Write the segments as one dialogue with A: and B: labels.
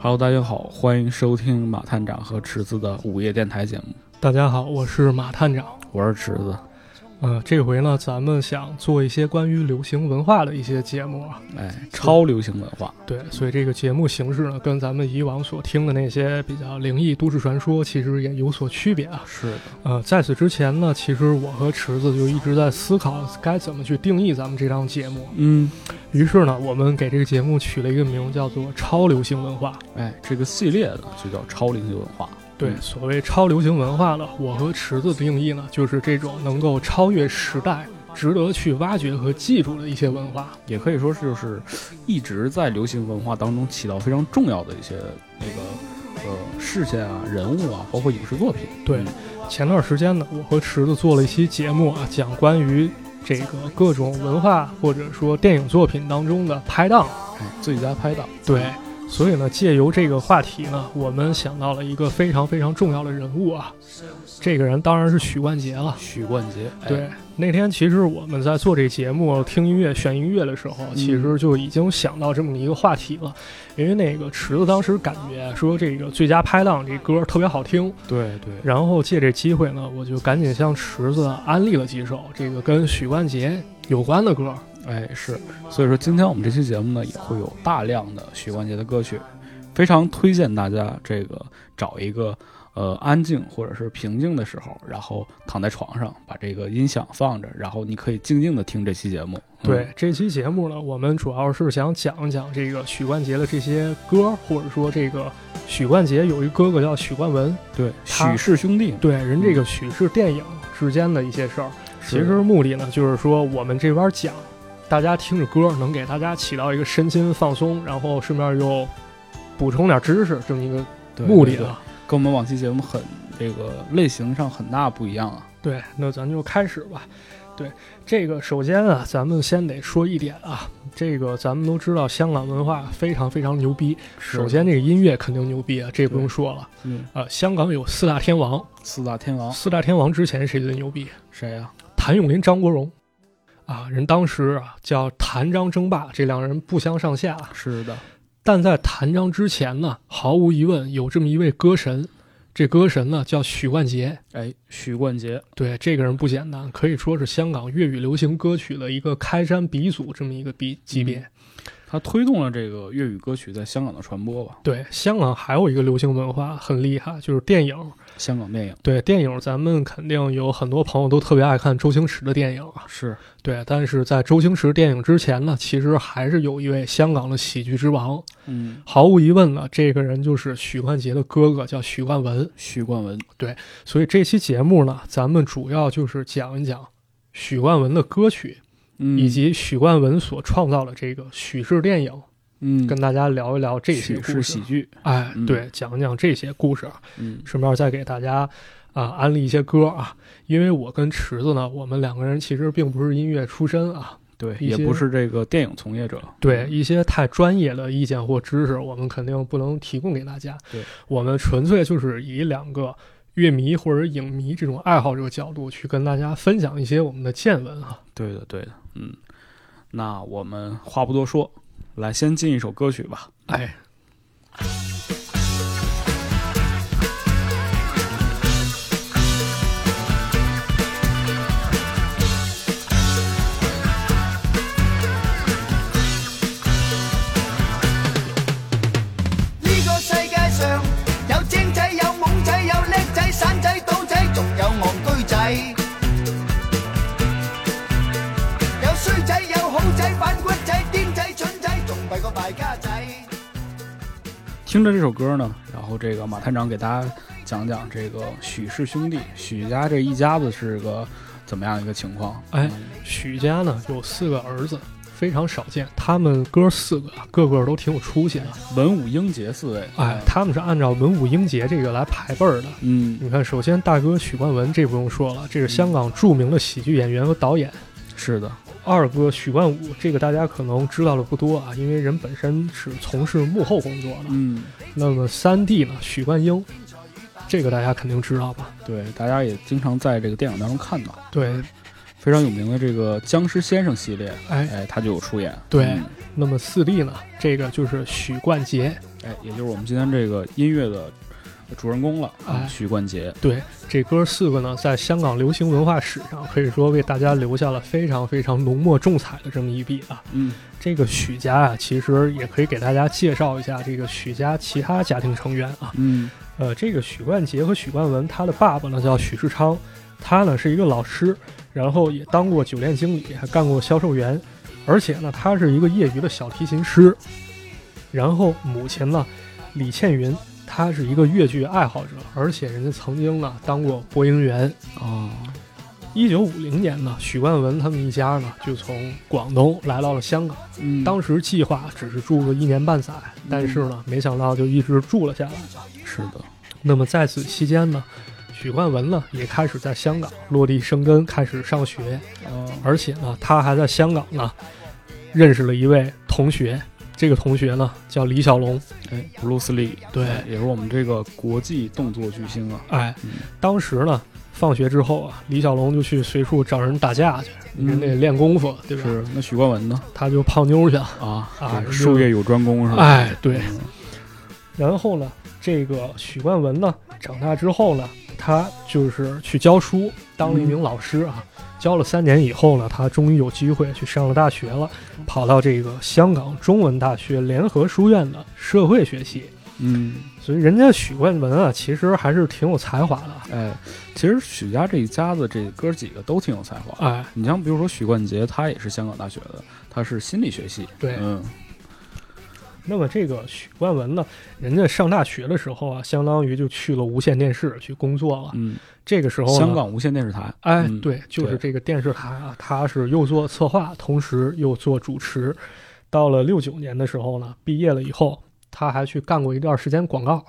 A: Hello，大家好，欢迎收听马探长和池子的午夜电台节目，
B: 大家好，我是马探长。
A: 我是池子。
B: 呃，这回呢，咱们想做一些关于流行文化的一些节目啊。
A: 哎，超流行文化，
B: 对，所以这个节目形式呢，跟咱们以往所听的那些比较灵异都市传说，其实也有所区别啊。
A: 是的，
B: 呃，在此之前呢，其实我和池子就一直在思考该怎么去定义咱们这档节目。
A: 嗯，
B: 于是呢，我们给这个节目取了一个名，叫做“超流行文化”。
A: 哎，这个系列的就叫超流行文化，
B: 对，
A: 嗯
B: 所谓超流行文化呢，我和池子的定义呢，就是这种能够超越时代、值得去挖掘和记住的一些文化。
A: 也可以说是就是一直在流行文化当中起到非常重要的一些那个呃事件啊、人物啊，包括影视作品。
B: 对
A: 嗯，
B: 前段时间呢，我和池子做了一期节目啊，讲关于这个各种文化或者说电影作品当中的拍档。
A: 哎，最佳拍档，
B: 对，所以呢，借由这个话题呢，我们想到了一个非常非常重要的人物啊，这个人当然是许冠杰了。
A: 许冠杰。哎
B: 对，，那天其实我们在做这节目、听音乐、选音乐的时候，
A: 嗯
B: 其实就已经想到这么一个话题了。因为那个池子当时感觉说这个《最佳拍档》这歌特别好听，
A: 对对，
B: 然后借这机会呢，我就赶紧向池子安利了几首这个跟许冠杰有关的歌。
A: 哎，是，所以说今天我们这期节目呢，也会有大量的许冠杰的歌曲，非常推荐大家这个找一个呃安静或者是平静的时候，然后躺在床上，把这个音响放着，然后你可以静静的听这期节目。嗯
B: 对，这期节目呢，我们主要是想讲一讲这个许冠杰的这些歌，或者说这个许冠杰有一哥哥叫许冠文，
A: 对，
B: 他
A: 许氏兄弟，
B: 对人这个许是电影之间的一些事儿。其
A: 嗯是
B: 实目的呢，就是说我们这边讲，大家听着歌能给大家起到一个身心放松，然后顺便又补充点知识这么一个
A: 对
B: 目的
A: 对对
B: 啊。
A: 跟我们往期节目很这个类型上很大不一样啊。
B: 对，那咱就开始吧。对，这个首先啊，咱们先得说一点啊，这个咱们都知道香港文化非常非常牛逼。
A: 是
B: 首，先，这个音乐肯定牛逼啊，这不用
A: 对
B: 说了。
A: 嗯，
B: 呃，香港有四大天王，
A: 四大天王
B: 四大天王之前谁最牛逼？
A: 谁啊呀、
B: 谭咏麟、张国荣，啊，人当时啊叫谭张争霸，这两人不相上下。啊
A: 是的，
B: 但在谭张之前呢，毫无疑问有这么一位歌神，这歌神呢叫许冠杰。
A: 哎，许冠杰，
B: 对，这个人不简单，可以说是香港粤语流行歌曲的一个开山鼻祖，这么一个比级别。
A: 他推动了这个粤语歌曲在香港的传播吧，
B: 对，香港还有一个流行文化很厉害，就是电影。
A: 香港电影
B: 对电影，咱们肯定有很多朋友都特别爱看周星驰的电影啊。
A: 是。
B: 对，但是在周星驰电影之前呢，其实还是有一位香港的喜剧之王。
A: 嗯，
B: 毫无疑问呢，这个人就是许冠杰的哥哥，叫许冠文。
A: 许冠文，
B: 所以这期节目呢，咱们主要就是讲一讲许冠文的歌曲，
A: 嗯
B: 以及许冠文所创造的这个许氏电影，
A: 嗯
B: 跟大家聊一聊这些
A: 许
B: 故
A: 是喜
B: 事。
A: 剧，
B: 哎
A: 嗯，
B: 对，讲一讲这些故事啊。
A: 嗯，
B: 顺便再给大家啊、安利一些歌啊，因为我跟池子呢，我们两个人其实并不是音乐出身啊，
A: 对，
B: 一
A: 也
B: 些
A: 不是这个电影从业者，
B: 对一些太专业的意见或知识，我们肯定不能提供给大家。
A: 对，
B: 我们纯粹就是以两个乐迷或者影迷这种爱好者角度去跟大家分享一些我们的见闻啊。
A: 对的，对的，嗯，那我们话不多说，来先进一首歌曲吧，
B: 哎，
C: 呢個世界上有精仔、有懵仔、有叻仔、散仔、賭仔，仲有戇居仔。有衰仔、有好仔、反骨仔、癲仔、蠢仔，仲弊過敗家仔。
A: 听着这首歌呢，然后这个马探长给大家讲讲这个许氏兄弟，许家这一家子是个怎么样一个情况？
B: 哎
A: 嗯，
B: 许家呢有四个儿子，非常少见，他们哥四个个个都挺有出息的。
A: 文武英杰四位，
B: 哎，他们是按照文武英杰这个来排辈儿的。
A: 嗯，
B: 你看，首先大哥许冠文这不用说了，这是香港著名的喜剧演员和导演。
A: 是的，
B: 二哥许冠武这个大家可能知道的不多啊，因为人本身是从事幕后工作的。
A: 嗯，
B: 那么三弟呢，许冠英，这个大家肯定知道吧？
A: 对，大家也经常在这个电影当中看到
B: 对，
A: 非常有名的这个僵尸先生系列，
B: 哎，
A: 哎，他就有出演，
B: 对
A: 嗯
B: 那么四弟呢，这个就是许冠杰，
A: 哎，也就是我们今天这个音乐的主人公了，啊，
B: 哎
A: 许冠杰。
B: 对，这哥四个呢，在香港流行文化史上可以说为大家留下了非常非常浓墨重彩的这么一笔啊。
A: 嗯，
B: 这个许家啊，其实也可以给大家介绍一下这个许家其他家庭成员啊。
A: 嗯
B: 呃，这个许冠杰和许冠文，他的爸爸呢叫许世昌，他呢是一个老师，然后也当过酒店经理，还干过销售员，而且呢他是一个业余的小提琴师。然后母亲呢，李倩云，她是一个越剧爱好者，而且人家曾经呢当过播音员。
A: 哦，
B: 一九五零年呢，许冠文他们一家呢就从广东来到了香港。
A: 嗯
B: 当时计划只是住个一年半载，但是呢，没想到就一直住了下来。
A: 是的，
B: 那么在此期间呢，许冠文呢也开始在香港落地生根，开始上学，
A: 哦，
B: 而且呢，他还在香港呢认识了一位同学，这个同学呢叫李小龙。
A: 哎，布鲁斯利，
B: 对，
A: 哎也是我们这个国际动作巨星啊。
B: 哎
A: 嗯，
B: 当时呢，放学之后啊，李小龙就去随处找人打架去，人得
A: 嗯
B: 练功夫，对吧？
A: 是那许冠文呢？
B: 他就泡妞去了。
A: 啊
B: 啊
A: 这术业有专攻是吧？
B: 哎，对，
A: 嗯
B: 然后呢，这个许冠文呢，长大之后呢，他就是去教书，当了一名老师啊。教了三年以后呢，他终于有机会去上了大学了，跑到这个香港中文大学联合书院的社会学系。
A: 嗯，
B: 所以人家许冠文啊，其实还是挺有才华的啊。
A: 哎，其实许家这一家子这哥几个都挺有才华。
B: 哎，
A: 你像比如说许冠杰，他也是香港大学的，他是心理学系。
B: 对
A: 嗯，
B: 那么这个许冠文呢，人家上大学的时候啊，相当于就去了无线电视去工作了。
A: 嗯，
B: 这个时候呢，
A: 香港无线电视台。
B: 哎，
A: 嗯
B: 对，就是
A: 对
B: 这个电视台啊，他是又做策划，同时又做主持。到了六九年的时候呢，毕业了以后，他还去干过一段时间广告、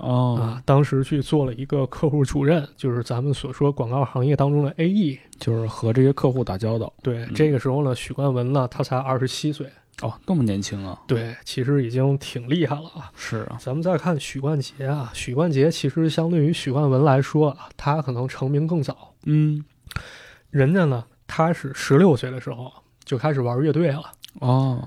A: 哦，
B: 啊。当时去做了一个客户主任，就是咱们所说广告行业当中的 AE。
A: 就是和这些客户打交道。
B: 对，
A: 嗯
B: 这个时候呢，许冠文呢，他才二十七岁，
A: 哦，那么年轻啊！
B: 对，其实已经挺厉害了啊。
A: 是啊，
B: 咱们再看许冠杰啊，许冠杰其实相对于许冠文来说啊，他可能成名更早。
A: 嗯，
B: 人家呢，他是十六岁的时候就开始玩乐队了。
A: 哦，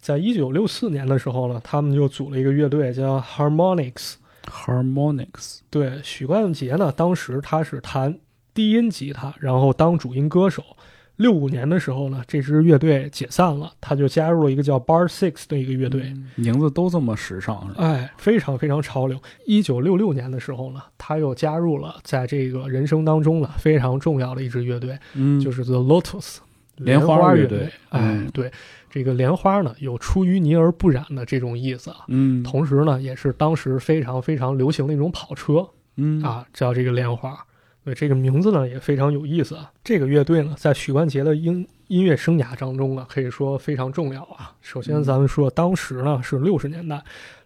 B: 在一九六四年的时候呢，他们就组了一个乐队叫 Harmonix。
A: Harmonics，
B: 对，许冠杰呢，当时他是弹低音吉他，然后当主音歌手。六五年的时候呢，这支乐队解散了，他就加入了一个叫 Bar Six 的一个乐队。
A: 嗯名字都这么时尚是吧？
B: 哎，非常非常潮流。一九六六年的时候呢，他又加入了在这个人生当中呢非常重要的一支乐队，
A: 嗯
B: 就是 The Lotus
A: 莲花
B: 花
A: 乐
B: 乐
A: 队
B: 哎
A: 嗯，
B: 对，这个莲花呢有出淤泥而不染的这种意思啊。
A: 嗯
B: 同时呢，也是当时非常非常流行的一种跑车
A: 嗯，
B: 啊，叫这个莲花。对这个名字呢也非常有意思啊。这个乐队呢，在许冠杰的音音乐生涯当中呢，啊可以说非常重要啊。首先，
A: 嗯
B: 咱们说当时呢是六十年代，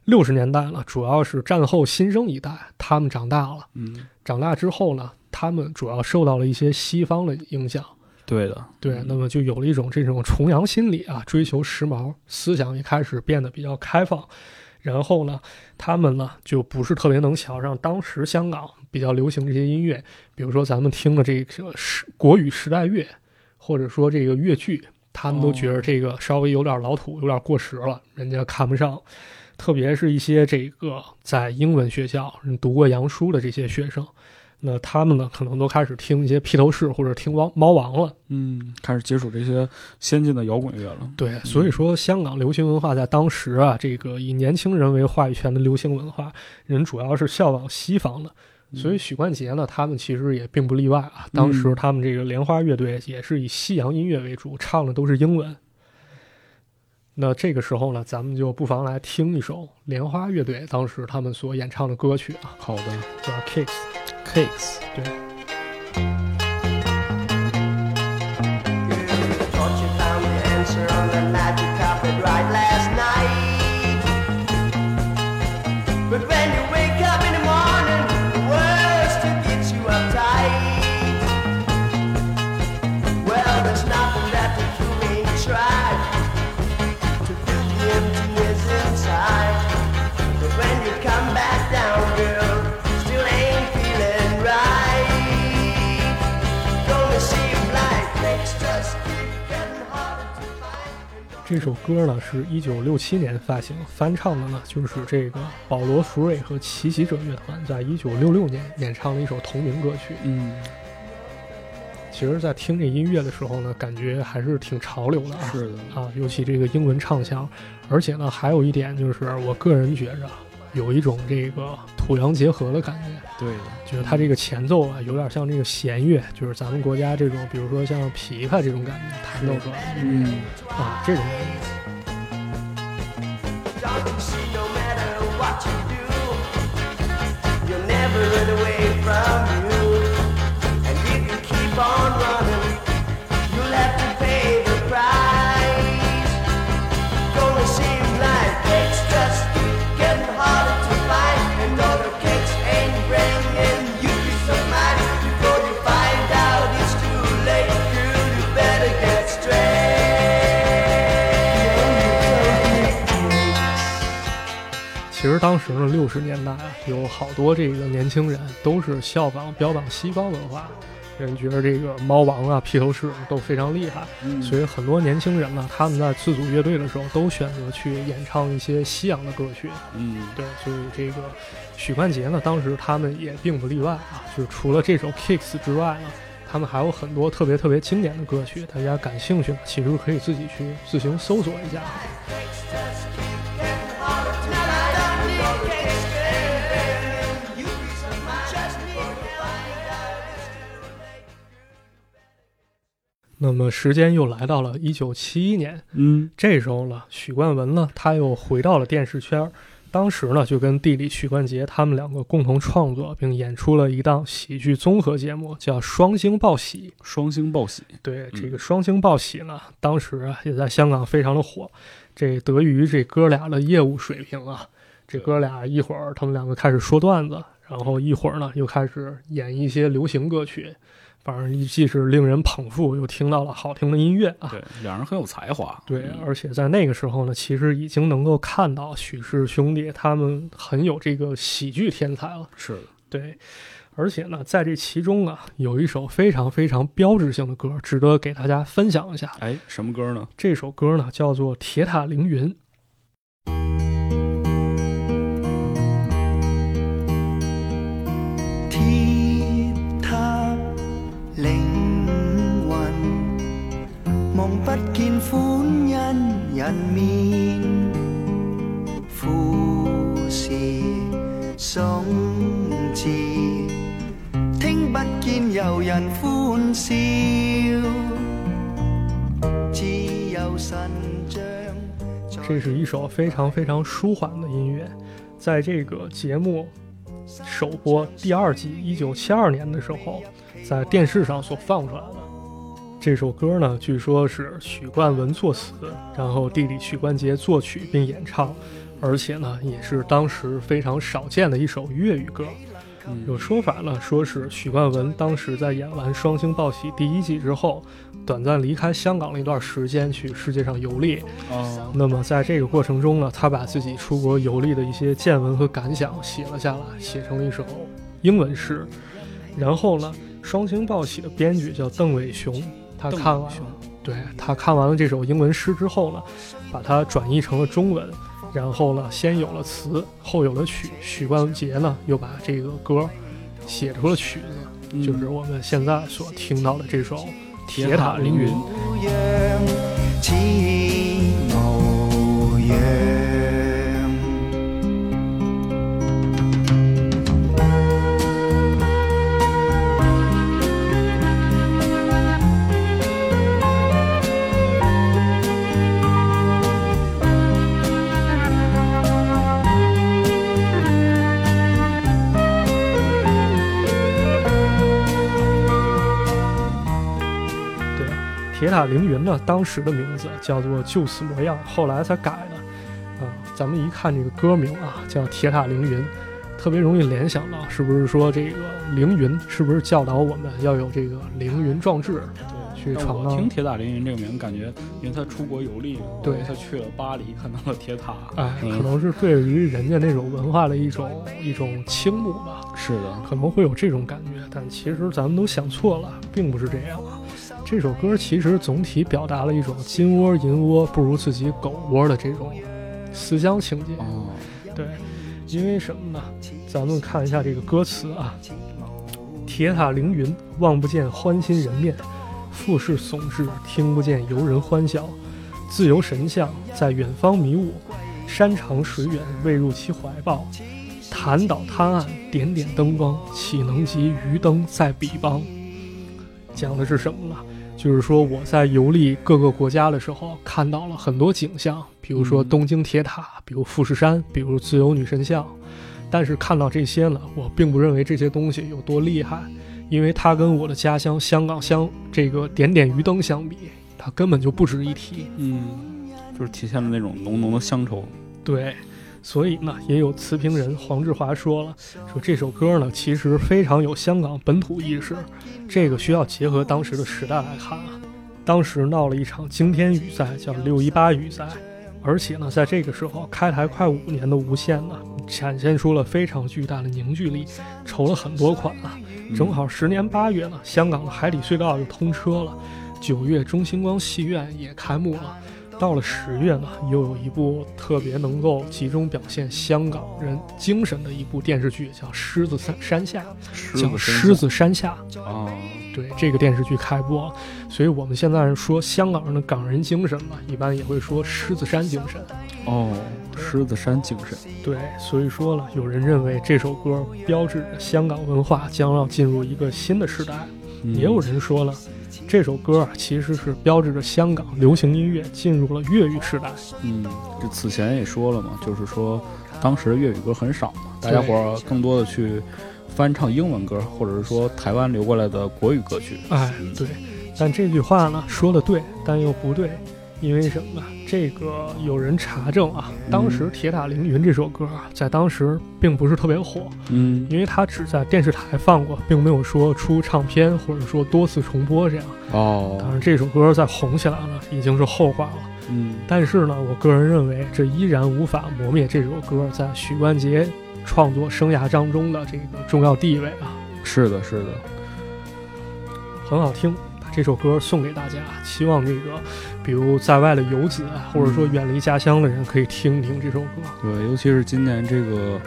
B: 六十年代呢主要是战后新生一代，他们长大了，
A: 嗯，
B: 长大之后呢，他们主要受到了一些西方的影响。
A: 对的，
B: 对，啊
A: 嗯
B: 那么就有了一种这种崇洋心理啊，追求时髦，思想也开始变得比较开放。然后呢，他们呢就不是特别能瞧上当时香港比较流行这些音乐，比如说咱们听的这个时国语时代乐，或者说这个越剧，他们都觉得这个稍微有点老土，有点过时了，人家看不上。特别是一些这个在英文学校读过洋书的这些学生，那他们呢可能都开始听一些披头士或者听汪猫王了。
A: 嗯，开始接触这些先进的摇滚乐了。
B: 对，所以说香港流行文化在当时啊，这个以年轻人为话语权的流行文化，人主要是效仿西方的。所以许冠杰呢，他们其实也并不例外啊。当时他们这个莲花乐队也是以西洋音乐为主，唱的都是英文。那这个时候呢，咱们就不妨来听一首莲花乐队当时他们所演唱的歌曲啊，
A: 好的
B: 叫《Kiss》。
A: ，Cakes，
C: Thought you found the answer on the magic carpet ride last night. But when you wake up in the morning, the world still gets you uptight. Well, there's nothing that the crew ain't tried to fill the emptiness inside. But when you come back down, girl, still ain't feeling right.
B: 这首歌呢是一九六七年发行，翻唱的呢就是这个保罗·福瑞和奇袭者乐团在一九六六年演唱的一首同名歌曲。
A: 嗯，
B: 其实，在听这音乐的时候呢，感觉还是挺潮流的啊。
A: 是的，
B: 啊，尤其这个英文唱腔，而且呢，还有一点就是，我个人觉着有一种这个土洋结合的感觉，
A: 对的，
B: 觉得它这个前奏啊，有点像这个弦乐，就是咱们国家这种，比如说像琵琶这种感觉弹奏出来
A: 嗯，
B: 啊，这种感觉。
C: Darling, see, no matter what you do, you'll never run away from you. And if you keep on running, you'll have to pay the price. Gonna seem like it's just getting harder to find, and all the kicks ain't bringing you peace of mind. Before you find out it's too late, girl, you better get straight.
B: 其实当时呢，六十年代啊，有好多这个年轻人都是效仿标榜西方文化，人觉得这个猫王啊、披头士都非常厉害。嗯所
A: 以
B: 以很多年轻人呢，他们在自主乐队的时候都选择去演唱一些西洋的歌曲。
A: 嗯，
B: 对，所以这个许冠杰呢，当时他们也并不例外啊，就是除了这首《Kicks》之外呢，他们还有很多特别特别经典的歌曲，大家感兴趣呢，其实可以自己去自行搜索一下。啊那么时间又来到了一九七一年，
A: 嗯，
B: 这时候呢，许冠文呢，他又回到了电视圈儿。当时呢，就跟弟弟许冠杰他们两个共同创作并演出了一档喜剧综合节目，叫《双星报喜
A: 双星报喜，》。
B: 对，这个《双星报喜》呢，当时啊也在香港非常的火。这得益于这哥俩的业务水平啊，这哥俩一会儿他们两个开始说段子，然后一会儿呢又开始演一些流行歌曲，反正既是令人捧腹，又听到了好听的音乐啊。
A: 对，两人很有才华，
B: 对
A: 嗯，
B: 而且在那个时候呢，其实已经能够看到许氏兄弟他们很有这个喜剧天才了。
A: 是的，
B: 对，而且呢，在这其中啊，有一首非常非常标志性的歌，值得给大家分享一下。
A: 哎，什么歌呢？
B: 这首歌呢，叫做《铁塔凌云》。
C: 鐵塔凌雲，望不見歡欣人面，富士sống字，聽不見遊人歡笑，只有神像在。
B: 这是一首非常非常舒缓的音乐。在这个节目首播第二季一九七二年的时候，在电视上所放出来的。这首歌呢，据说是许冠文作词，然后弟弟许冠杰作曲并演唱，而且呢，也是当时非常少见的一首粤语歌。
A: 嗯
B: 有说法呢，说是许冠文当时在演完《双星报喜》第一季之后，短暂离开香港了一段时间，去世界上游历，
A: 啊，
B: 那么在这个过程中呢，他把自己出国游历的一些见闻和感想写了下来，写成了一首英文诗。然后呢，《双星报喜》的编剧叫邓伟雄，他
A: 邓
B: 看完啊
A: 雄
B: 对他看完了这首英文诗之后呢，把它转译成了中文。然后呢，先有了词，后有了曲。许冠杰呢，又把这个歌写出了曲子，
A: 嗯
B: 就是我们现在所听到的这首《铁
A: 塔
B: 塔凌云》。
C: 样，似模样。
B: 对，铁塔凌云呢，当时的名字叫做《救死模样》，后来才改的。啊、咱们一看这个歌名啊，叫《铁塔凌云》，特别容易联想到是不是说这个凌云是不是教导我们要有这个凌云壮志，
A: 嗯
B: 去
A: 但
B: 闯
A: 哦我
B: 荡
A: 听。铁塔凌云这个名，感觉因为他出国游历嘛，
B: 对
A: 他去了巴黎，看到了铁塔，
B: 哎，
A: 嗯
B: 可能是对于人家那种文化的一种一种倾慕吧，
A: 是的，
B: 可能会有这种感觉，但其实咱们都想错了，并不是这样啊。这这首歌其实总体表达了一种金窝银窝不如自己狗窝的这种思乡情节。
A: 哦，
B: 对，因为什么呢？咱们看一下这个歌词啊：“铁塔凌云，望不见欢欣人面；富士耸峙，听不见游人欢笑。自由神像在远方迷雾，山长水远未入其怀抱。潭岛滩岸，点点灯光，岂能及渔灯在彼邦？”讲的是什么呢？就是说我在游历各个国家的时候，看到了很多景象，比如说
A: 嗯
B: 东京铁塔，比如富士山，比如自由女神像。但是看到这些呢，我并不认为这些东西有多厉害，因为它跟我的家乡香港相这个点点鱼灯相比，它根本就不值一提。
A: 嗯，就是体现了那种浓浓的乡愁。
B: 对，所以呢，也有词评人黄志华说了，说这首歌呢其实非常有香港本土意识，这个需要结合当时的时代来看啊。当时闹了一场惊天雨灾，叫六一八雨灾，而且呢，在这个时候开台快五年的无线呢，展现出了非常巨大的凝聚力，筹了很多款啊。
A: 嗯
B: 正，好十年八月呢，香港的海底隧道就通车了，九月中星光戏院也开幕了。到了十月呢，又有一部特别能够集中表现香港人精神的一部电视剧，叫《狮子山山下》，
A: 狮
B: 叫《
A: 子
B: 狮子山下》。
A: 啊，
B: 对，这个电视剧开播了，所以我们现在说香港人的港人精神嘛，一般也会说狮子山精神。
A: 哦，狮子山精神。
B: 对，所以说了，有人认为这首歌标志着香港文化将要进入一个新的时代。
A: 嗯
B: 也有人说了，这首歌啊其实是标志着香港流行音乐进入了粤语时代。
A: 嗯，这此前也说了嘛，就是说当时粤语歌很少嘛，大家伙儿更多的去翻唱英文歌，或者是说台湾流过来的国语歌曲。
B: 哎
A: 嗯，
B: 对，但这句话呢说的对，但又不对，因为什么呢？这个有人查证啊，当时《铁塔凌云》这首歌啊，在当时并不是特别火，
A: 嗯
B: 因为它只在电视台放过，并没有说出唱片或者说多次重播这样。当
A: 哦，
B: 然，这首歌在红起来了，已经是后话了。
A: 嗯
B: 但是呢，我个人认为这依然无法磨灭这首歌在许冠杰创作生涯当中的这个重要地位啊，
A: 是的，是的，
B: 很好听。把这首歌送给大家，希望这个，比如在外的游子啊，或者说远离家乡的人，可以听一听这首歌。
A: 对，尤其是今年这个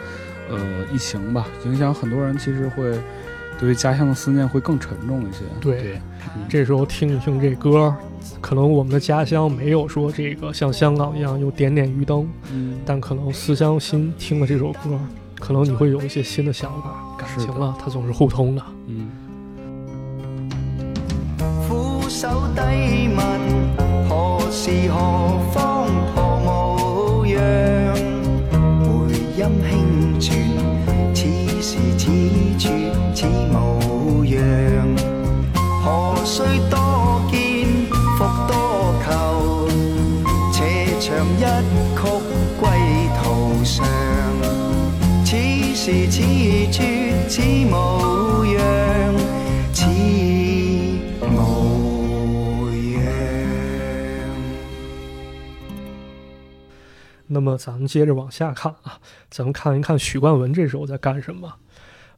A: 呃疫情吧，影响很多人，其实会对于家乡的思念会更沉重一些。
B: 对
A: 嗯
B: 这时候听一听这歌，可能我们的家乡没有说这个像香港一样有点点鱼灯，
A: 嗯，
B: 但可能思乡心听了这首歌，可能你会有一些新的想法。感
A: 是的
B: 情了，它总是互通的。
A: 嗯
C: 俯首低问，何時何方何模樣？回音輕傳，此時此處此模樣。何須多見，復多求，斜長一曲歸途上。此時此處此模樣，此模樣。
B: 那么咱们接着往下看啊，咱们看一看许冠文这时候在干什么。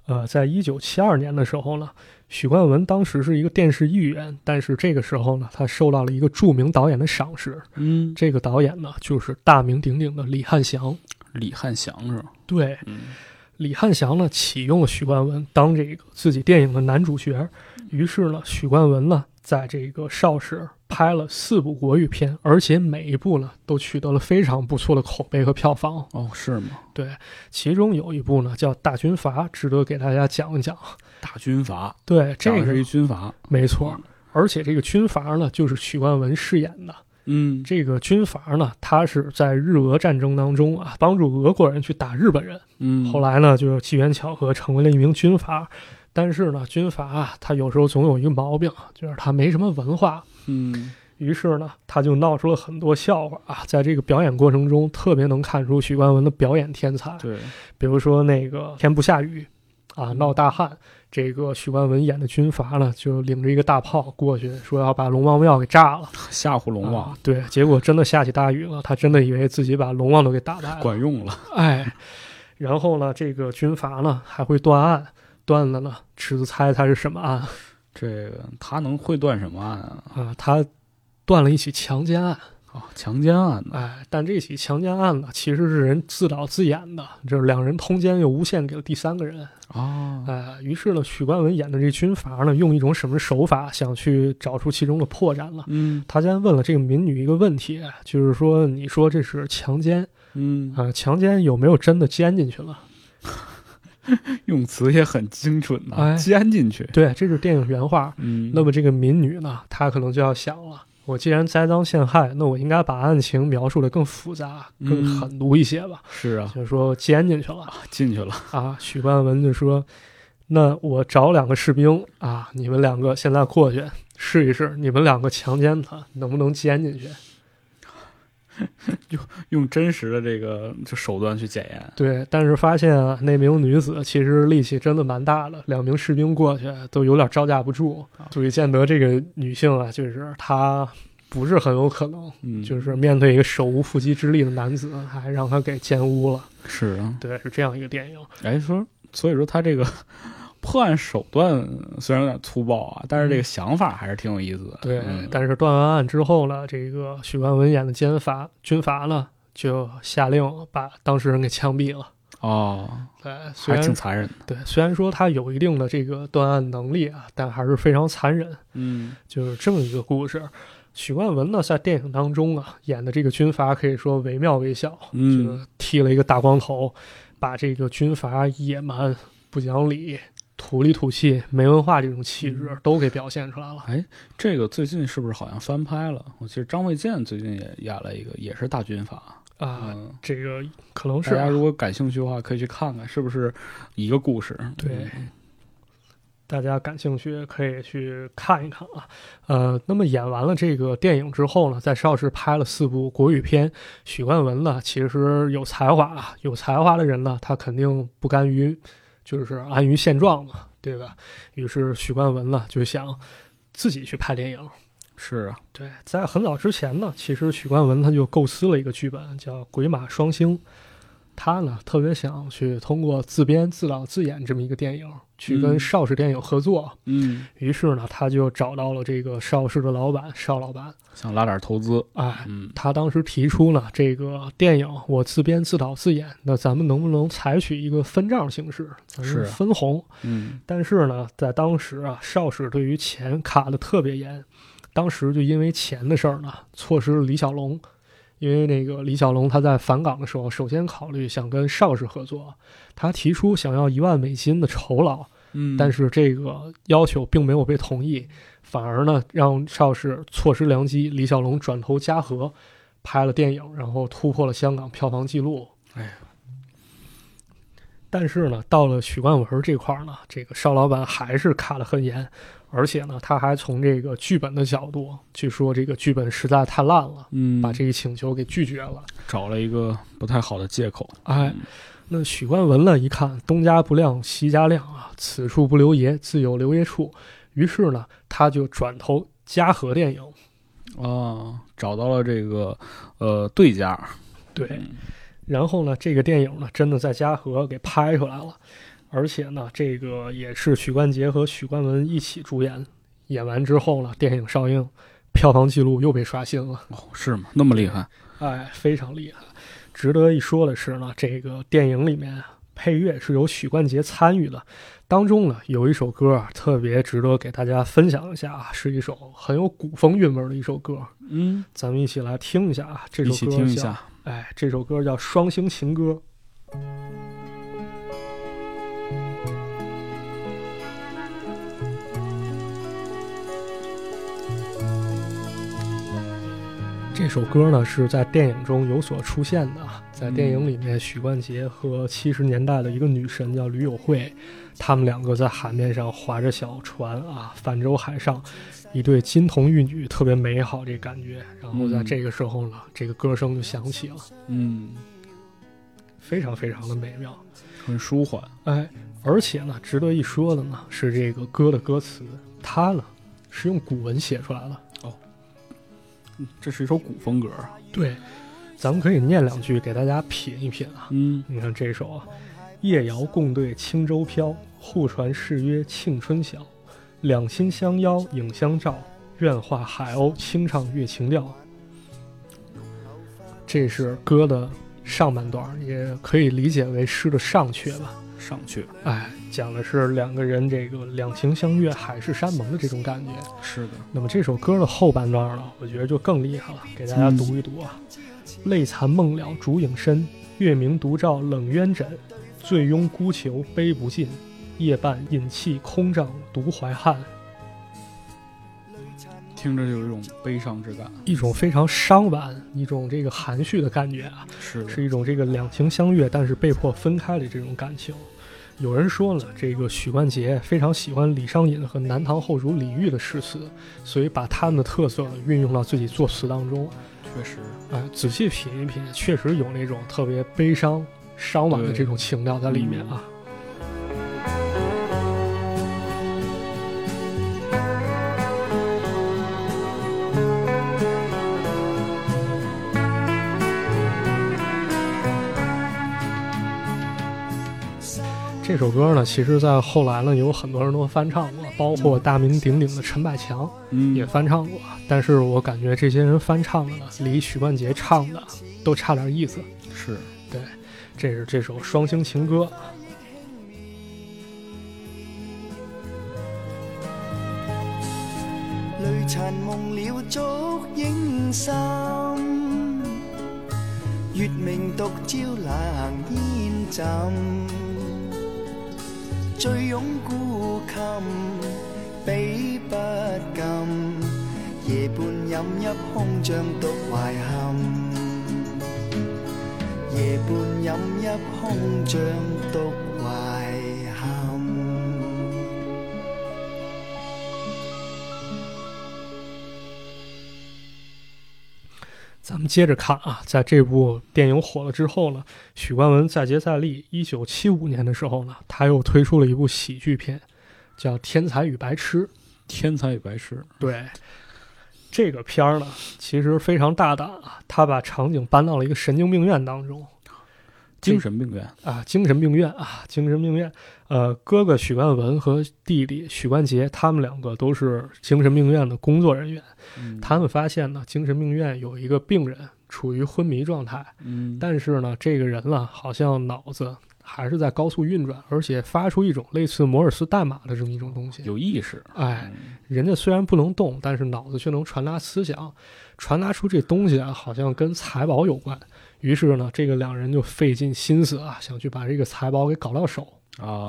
B: 呃，在一九七二年的时候呢，许冠文当时是一个电视艺员，但是这个时候呢，他受到了一个著名导演的赏识。
A: 嗯，
B: 这个导演呢，就是大名鼎鼎的李翰祥。
A: 李汉祥是吧？
B: 对，
A: 嗯
B: 李翰祥呢启用了许冠文当这个自己电影的男主角，于是呢，许冠文呢在这个邵氏拍了四部国语片，而且每一部呢都取得了非常不错的口碑和票房。
A: 哦，是吗？
B: 对，其中有一部呢叫《大军阀》，值得给大家讲一讲。
A: 大军阀，
B: 对，
A: 讲的
B: 这个
A: 是嗯一军阀。
B: 没错。而且这个军阀呢，就是许冠文饰演的。
A: 嗯，
B: 这个军阀呢，他是在日俄战争当中啊，帮助俄国人去打日本人。
A: 嗯，
B: 后来呢，就是机缘巧合成为了一名军阀。但是呢，军阀啊，他有时候总有一个毛病，啊就是他没什么文化。
A: 嗯
B: 于是呢，他就闹出了很多笑话啊。在这个表演过程中，特别能看出许冠文的表演天才。
A: 对，
B: 比如说那个天不下雨，啊
A: 嗯
B: 闹大旱，这个许冠文演的军阀呢，就领着一个大炮过去，说要把龙王庙给炸了。
A: 吓唬龙王
B: 啊，对，结果真的下起大雨了，他真的以为自己把龙王都给打败了。
A: 啊管用了。
B: 哎，然后呢，这个军阀呢还会断案，断了呢，池子猜猜是什么案？
A: 这个他能会断什么案啊？
B: 啊，他断了一起强奸案，
A: 啊，强奸案呢？
B: 哎，但这起强奸案呢，其实是人自导自演的，就是两人通奸又诬陷给了第三个人，
A: 啊，
B: 哎，于是呢，许冠文演的这军阀呢，用一种什么手法想去找出其中的破绽了？
A: 嗯
B: 他先问了这个民女一个问题，就是说，你说这是强奸
A: 嗯，
B: 啊、强奸有没有真的奸进去了？
A: 用词也很精准呐、
B: 哎
A: 奸进去。
B: 对，这是电影原话。
A: 嗯，
B: 那么这个民女呢，她可能就要想了：我既然栽赃陷害，那我应该把案情描述的更复杂、更
A: 嗯
B: 狠毒一些吧？
A: 是啊，
B: 就是说奸进去了
A: 进去了。
B: 啊。许冠文就说：“那我找两个士兵啊，你们两个现在过去试一试，你们两个强奸他，能不能奸进去？”
A: 用真实的这个就手段去检验。
B: 对，但是发现啊，那名女子其实力气真的蛮大的，两名士兵过去都有点招架不住，足以见得这个女性啊，就是她不是很有可能，
A: 嗯，
B: 就是面对一个手无缚鸡之力的男子，还让他给奸污了。
A: 是啊。
B: 对，是这样一个电影。
A: 哎，说所以说他这个 破案手段虽然有点粗暴啊，但是这个想法还是挺有意思的。
B: 对，
A: 嗯
B: 但是断完案之后呢，这个许冠文演的奸阀军阀呢，就下令把当事人给枪毙了。
A: 哦，
B: 对，虽
A: 还
B: 然
A: 挺残忍的。
B: 对，虽然说他有一定的这个断案能力啊，但还是非常残忍。
A: 嗯
B: 就是这么一个故事。许冠文呢，在电影当中啊，演的这个军阀可以说惟妙惟肖，就
A: 嗯
B: 是剃了一个大光头，把这个军阀野蛮、不讲理、土里土气、没文化这种气质
A: 嗯
B: 都给表现出来了。
A: 这个最近是不是好像翻拍了？我记得张卫健最近也演了一个，也是大军阀。
B: 啊，
A: 嗯，
B: 这个可能是
A: 大
B: 啊
A: 家如果感兴趣的话，可以去看看，是不是一个故事？嗯
B: 对，大家感兴趣可以去看一看啊。呃，那么演完了这个电影之后呢，在邵氏拍了四部国语片。许冠文呢，其实有才华，啊，有才华的人呢，他肯定不甘于就是安于现状嘛，对吧？于是许冠文呢就想自己去拍电影。
A: 是啊，
B: 对，在很早之前呢，其实许冠文他就构思了一个剧本，叫《鬼马双星》。他呢特别想去通过自编、自导、自演这么一个电影，去
A: 嗯
B: 跟邵氏电影合作。
A: 嗯，
B: 于是呢，他就找到了这个邵氏的老板邵老板。
A: 想拉点投资。
B: 哎，
A: 嗯
B: 他当时提出呢，这个电影我自编、自导、自演，那咱们能不能采取一个分账形式，咱们
A: 是啊
B: 分红？
A: 嗯
B: 但是呢，在当时啊，邵氏对于钱卡的特别严，当时就因为钱的事儿呢，错失了李小龙。因为那个李小龙他在返港的时候，首先考虑想跟邵氏合作，他提出想要一万美金的酬劳，
A: 嗯，
B: 但是这个要求并没有被同意，反而呢让邵氏错失良机。李小龙转投嘉禾，拍了电影，然后突破了香港票房记录。
A: 哎呀
B: 但是呢，到了许冠文这块儿呢，这个邵老板还是卡得很严，而且呢，他还从这个剧本的角度去说，这个剧本实在太烂了，
A: 嗯，
B: 把这个请求给拒绝了。
A: 找了一个不太好的借口。
B: 哎，那许冠文呢？一看东家不亮西家亮啊，此处不留爷，自有留爷处。于是呢，他就转投嘉禾电影。
A: 啊，找到了这个呃对家，
B: 对，然后呢，这个电影呢，真的在嘉禾给拍出来了，而且呢，这个也是许冠杰和许冠文一起主演。演完之后呢，电影上映，票房记录又被刷新了。
A: 哦，是吗？那么厉害？
B: 哎，非常厉害。值得一说的是呢，这个电影里面啊配乐是由许冠杰参与的，当中呢有一首歌啊特别值得给大家分享一下啊，是一首很有古风韵味儿的一首歌，
A: 嗯，
B: 咱们一起来听一下啊。这
A: 一
B: 首
A: 起
B: 歌
A: 听一
B: 叫，
A: 下。
B: 哎，这首歌叫《双星情歌》。这首歌呢是在电影中有所出现的啊，在电影里面，许冠杰和七十年代的一个女神叫吕友惠，他们两个在海面上划着小船啊，泛舟海上，一对金童玉女，特别美好这感觉。然后在
A: 嗯
B: 这个时候呢，这个歌声就响起了，
A: 嗯，
B: 非常非常的美妙。
A: 很舒缓。
B: 哎，而且呢，值得一说的呢是这个歌的歌词，它呢是用古文写出来的。
A: 这是一首古风歌。
B: 对，咱们可以念两句给大家品一品啊。
A: 嗯，
B: 你看这首啊，夜遥共对轻舟飘，户船誓约庆春晓。两心相邀影相照，愿化海鸥轻唱月情调。这是歌的上半段，也可以理解为诗的上阙吧。
A: 上去
B: 哎，讲的是两个人这个两情相悦、海誓山盟的这种感觉。
A: 是的，
B: 那么这首歌的后半段呢，我觉得就更厉害了，给大家读一读啊：泪残梦了烛影深，月明独照冷渊枕，醉拥孤囚悲不尽，夜半饮泣空帐独怀汉。
A: 听着就有一种悲伤之感。
B: 一种非常伤婉、一种这个含蓄的感觉啊，
A: 是的，
B: 是一种这个两情相悦但是被迫分开的这种感情。有人说了，这个许冠杰非常喜欢李商隐和南唐后主李煜的诗词，所以把他们的特色运用到自己作词当中。
A: 确实，
B: 哎，仔细品一品，确实有那种特别悲伤、伤婉的
A: 对
B: 这种情调在里面啊。这首歌呢，其实在后来呢，有很多人都翻唱过，包括大名鼎鼎的陈百强。
A: 嗯
B: 也翻唱过，但是我感觉这些人翻唱的呢，离许冠杰唱的都差点意思。
A: 是
B: 这是这首《双星情歌》，
C: 泪残梦了烛影深，月明独照冷烟枕，醉拥孤琴，比不禁，夜半饮泣空像独怀憾，夜半饮泣空像独怀憾。
B: 咱们接着看啊，在这部电影火了之后呢，许冠文再接再厉。一九七五年的时候呢，他又推出了一部喜剧片，叫《天才与白痴》。
A: 天才与白痴，
B: 对，这个片儿呢，其实非常大胆啊，他把场景搬到了一个神经病院当中。
A: 精神病院，
B: 啊，精神病院啊，精神病院。呃，哥哥许冠文和弟弟许冠杰，他们两个都是精神病院的工作人员。
A: 嗯
B: 他们发现呢，精神病院有一个病人处于昏迷状态，
A: 嗯，
B: 但是呢，这个人呢，好像脑子还是在高速运转，而且发出一种类似摩尔斯代码的这么一种东西。
A: 有意识，嗯
B: 哎，人家虽然不能动，但是脑子却能传达思想，传达出这东西啊，好像跟财宝有关。于是呢，这个两人就费尽心思啊，想去把这个财宝给搞到手。
A: 嗯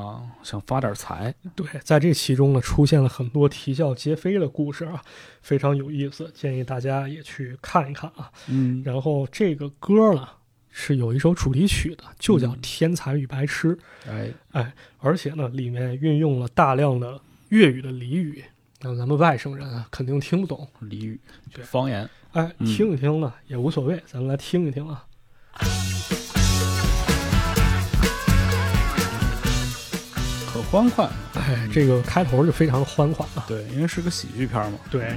A: 啊，想发点财，
B: 对，在这其中呢，出现了很多啼笑皆非的故事啊，非常有意思，建议大家也去看一看啊。
A: 嗯，
B: 然后这个歌呢，是有一首主题曲的，就叫
A: 嗯
B: 《天才与白痴》，
A: 哎，
B: 而且呢，里面运用了大量的粤语的俚语，那咱们外省人啊，肯定听不懂。
A: 俚语
B: 对、
A: 方言，
B: 哎，
A: 嗯
B: 听一听呢、也无所谓，咱们来听一听啊。
A: 很欢快，
B: 哎，这个开头就非常欢快啊。
A: 对，因为是个喜剧片嘛，
B: 对，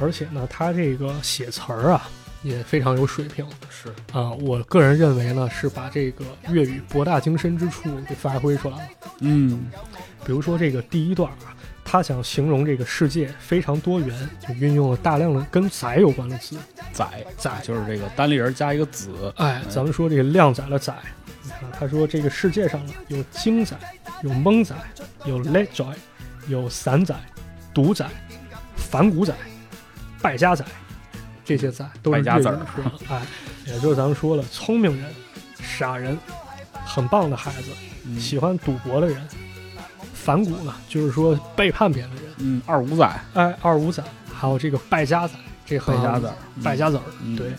B: 而且呢，他这个写词儿啊，也非常有水平。
A: 是，
B: 啊、我个人认为呢，是把这个粤语博大精深之处给发挥出来了。
A: 嗯，
B: 比如说这个第一段啊，他想形容这个世界非常多元，就运用了大量的跟载有关的字。
A: 宰
B: 宰
A: 就是这个单立人加一个子，
B: 哎，咱们说这个靓仔的仔，你看他说这个世界上呢有精仔，有蒙仔，有叻仔，有散仔、赌仔、反骨仔、败家仔，这些仔都是
A: 败家子儿
B: 粤语说的。哎，也就是咱们说了，聪明人、傻人、很棒的孩子，
A: 嗯
B: 喜欢赌博的人，反骨呢就是说背叛别人的人。
A: 嗯，二五仔，
B: 哎，二五仔，还有这个败家仔，这败
A: 败家子儿，
B: 败家子儿，
A: 嗯
B: 对。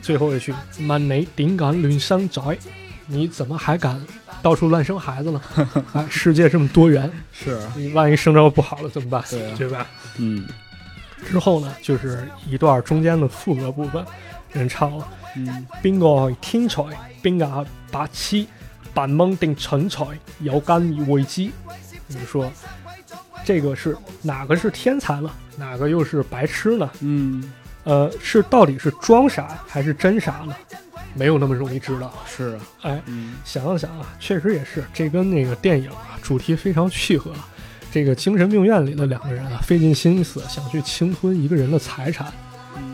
B: 最后一句，问你点敢乱生仔？你怎么还敢到处乱生孩子 呢？哎，世界这么多元，
A: 是，
B: 你万一生着不好了怎么办？
A: 对啊
B: 吧？
A: 嗯，
B: 之后呢，就是一段中间的副歌部分，人唱了：
A: 嗯，
B: 边個係天才，邊個係白痴，扮懵定蠢才，有根而未知。你说，这个是哪个是天才呢？哪个又是白痴呢？
A: 嗯，
B: 呃，是到底是装傻还是真傻呢？没有那么容易知道。
A: 是，
B: 哎，
A: 嗯，
B: 啊想了想啊，确实也是，这跟那个电影啊主题非常契合。这个精神病院里的两个人啊，费尽心思想去侵吞一个人的财产，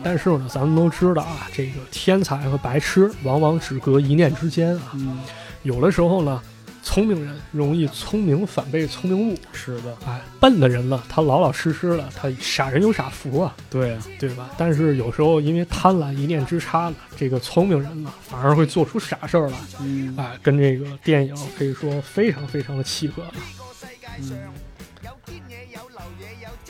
B: 但是呢，咱们都知道啊，这个天才和白痴往往只隔一念之间啊。
A: 嗯，
B: 有的时候呢，聪明人容易聪明反被聪明误，
A: 是的，
B: 哎，笨的人呢，他老老实实的，他傻人有傻福啊，
A: 对啊，
B: 对吧？但是有时候因为贪婪一念之差呢，这个聪明人呢，反而会做出傻事儿来，
A: 嗯
B: 哎，跟这个电影可以说非常非常的契合。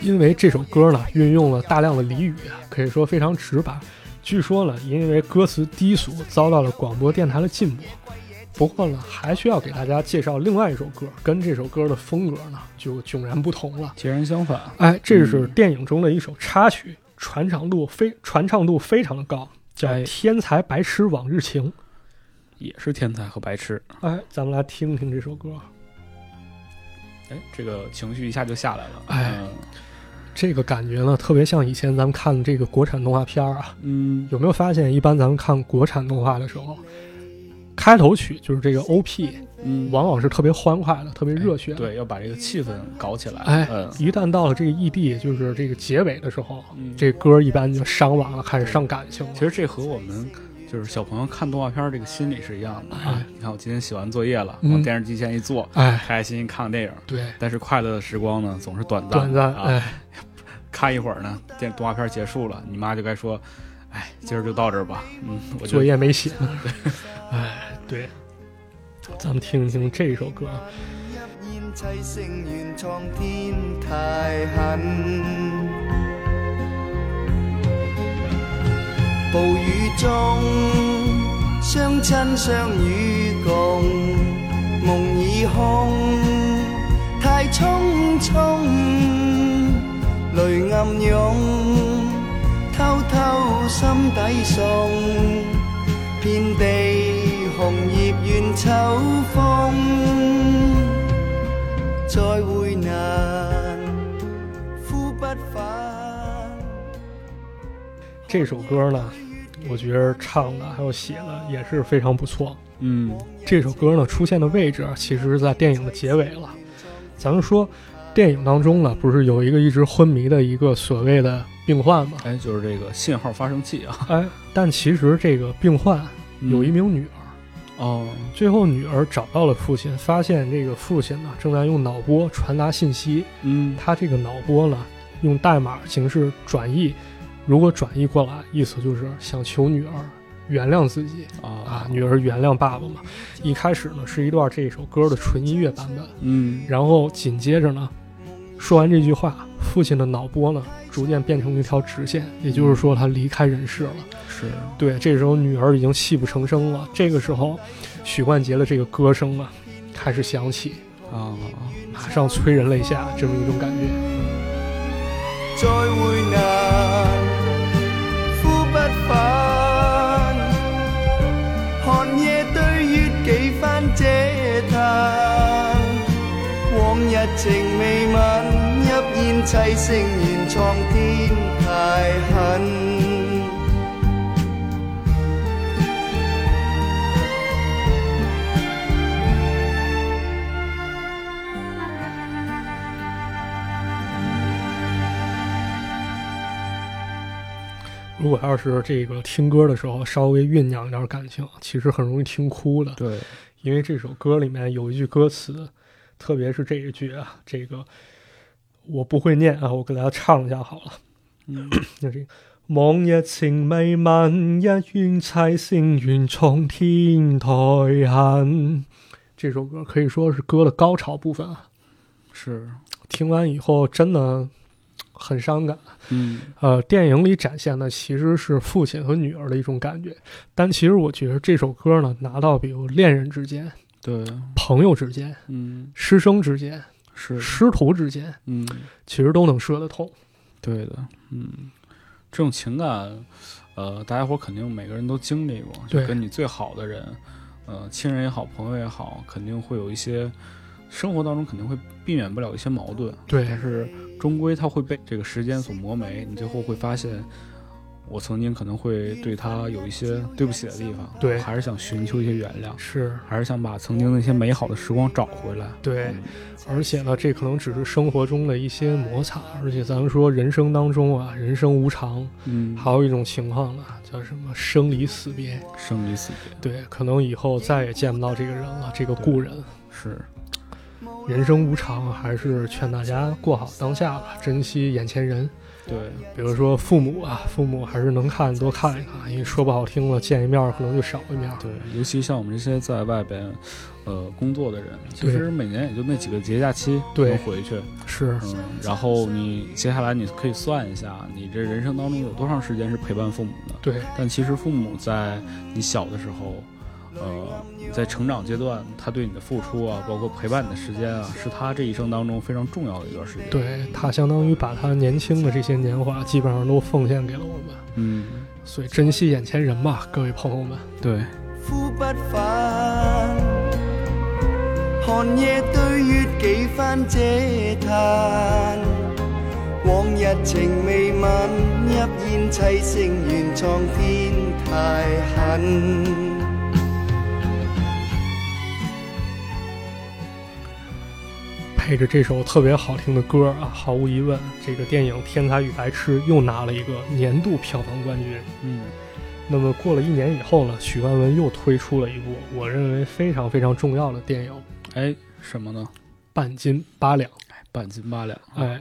B: 因为这首歌呢，运用了大量的俚语，啊可以说非常直白。据说呢，因为歌词低俗，遭到了广播电台的禁播。不过呢，还需要给大家介绍另外一首歌，跟这首歌的风格呢就迥然不同了。
A: 截然相反，
B: 哎，这是电影中的一首插曲，传唱度非传唱度非常的高，叫
A: 哎
B: 《天才白痴往日情》。
A: 也是天才和白痴，
B: 哎，咱们来听听这首歌。
A: 哎，这个情绪一下就下来了，嗯
B: 哎这个感觉呢，特别像以前咱们看这个国产动画片儿啊。
A: 嗯，嗯，
B: 有没有发现，一般咱们看国产动画的时候，开头曲就是这个 OP，
A: 嗯，
B: 往往是特别欢快的，特别热血的。
A: 对，要把这个气氛搞起来，
B: 哎
A: 嗯，
B: 一旦到了这个 ED，就是这个结尾的时候，
A: 嗯
B: 这歌一般就伤完了，开始上感情了。
A: 其实这和我们就是小朋友看动画片儿这个心理是一样的啊
B: 哎。
A: 你看，我今天写完作业了，
B: 嗯
A: 往电视机前一坐，
B: 哎，
A: 开开心心看个电影。
B: 对，
A: 但是快乐的时光呢，总是短暂
B: 短暂，
A: 啊。
B: 哎，
A: 看一会儿呢，电动画片儿结束了，你妈就该说：“哎，今儿就到这儿吧。”嗯，我就
B: 作业 没写呢。哎，对，咱们听一听这首歌。
D: 一烟砌成原创天太狠。暴雨中相亲相与共，梦已空，太匆匆，泪暗涌，偷偷心底送，遍地红叶怨秋风。再会难，呼不返。
B: 这首歌呢，我觉得唱的还有写的也是非常不错。
A: 嗯
B: 这首歌呢出现的位置，啊其实是在电影的结尾了。咱们说，电影当中呢，不是有一个一直昏迷的一个所谓的病患吗？
A: 哎，就是这个信号发生器啊，
B: 哎，但其实这个病患有一
A: 嗯
B: 名女儿，
A: 哦，
B: 最后女儿找到了父亲，发现这个父亲呢正在用脑波传达信息，
A: 嗯，
B: 他这个脑波呢用代码形式转译，如果转译过来，意思就是想求女儿原谅自己啊
A: 啊，，
B: 女儿原谅爸爸嘛。一开始呢是一段这首歌的纯音乐版本，
A: 嗯，
B: 然后紧接着呢，说完这句话，父亲的脑波呢逐渐变成一条直线，也就是说他离开人世了。
A: 是，
B: 对，这时候女儿已经泣不成声了。这个时候，许冠杰的这个歌声啊开始响起，
A: 啊，
B: 马上催人泪下，这么一种感觉。
D: 再会难，呼不返。寒夜對月幾番嗟嘆，往日情未泯，泣煙砌成原創天太狠。
B: 如果要是这个听歌的时候稍微酝酿一点感情，其实很容易听哭的。
A: 对，
B: 因为这首歌里面有一句歌词，特别是这一句啊，这个我不会念啊，我给大家唱一下好了。
A: 嗯
B: 就是望日情未泯，一愿砌成原创天台痕。这首歌可以说是歌的高潮部分啊，
A: 是，
B: 听完以后真的很伤感。
A: 嗯，
B: 呃，电影里展现的其实是父亲和女儿的一种感觉，但其实我觉得这首歌呢，拿到比如恋人之间、
A: 对，
B: 朋友之间、
A: 嗯，
B: 师生之间、
A: 是，
B: 师徒之间，
A: 嗯。
B: 其实都能说得通。
A: 对的，嗯，这种情感，呃，大家伙儿肯定每个人都经历过，就
B: 对
A: 跟你最好的人，呃，亲人也好，朋友也好，肯定会有一些生活当中肯定会避免不了一些矛盾，
B: 对
A: 但是终归它会被这个时间所磨没，你最后会发现，我曾经可能会对他有一些对不起的地方，
B: 对
A: 还是想寻求一些原谅，
B: 是
A: 还是想把曾经那些美好的时光找回来。
B: 对，嗯而且呢，这可能只是生活中的一些摩擦，而且咱们说人生当中啊，人生无常，
A: 嗯，
B: 还有一种情况啊，叫什么生离死别。
A: 生离死别
B: 对，可能以后再也见不到这个人了，这个故人。
A: 是，
B: 人生无常，还是劝大家过好当下吧，珍惜眼前人。
A: 对，
B: 比如说父母啊，父母还是能看多看一看，因为说不好听了，见一面可能就少一面。
A: 对，尤其像我们这些在外边，呃，工作的人，其
B: 对
A: 实每年也就那几个节假期
B: 对
A: 能回去，
B: 是，
A: 嗯，然后你接下来你可以算一下，你这人生当中有多长时间是陪伴父母的？
B: 对，
A: 但其实父母在你小的时候，呃，在成长阶段，他对你的付出啊，包括陪伴你的时间啊，是他这一生当中非常重要的一段时间。，
B: 对他相当于把他年轻的这些年华，基本上都奉献给了我们。
A: 嗯，
B: 所以珍惜眼前人吧，各位朋友们。
A: 对，
D: 呼不返。寒夜對月幾番嗟嘆，往日情未泯，泣煙砌成原創天太狠。
B: 配着这首特别好听的歌啊，毫无疑问，这个电影《天才与白痴》又拿了一个年度票房冠军。
A: 嗯，
B: 那么过了一年以后呢，许冠文又推出了一部我认为非常非常重要的电影《
A: 哎，什么呢？
B: 半斤八两》。
A: 哎，半斤八两。，啊
B: 哎，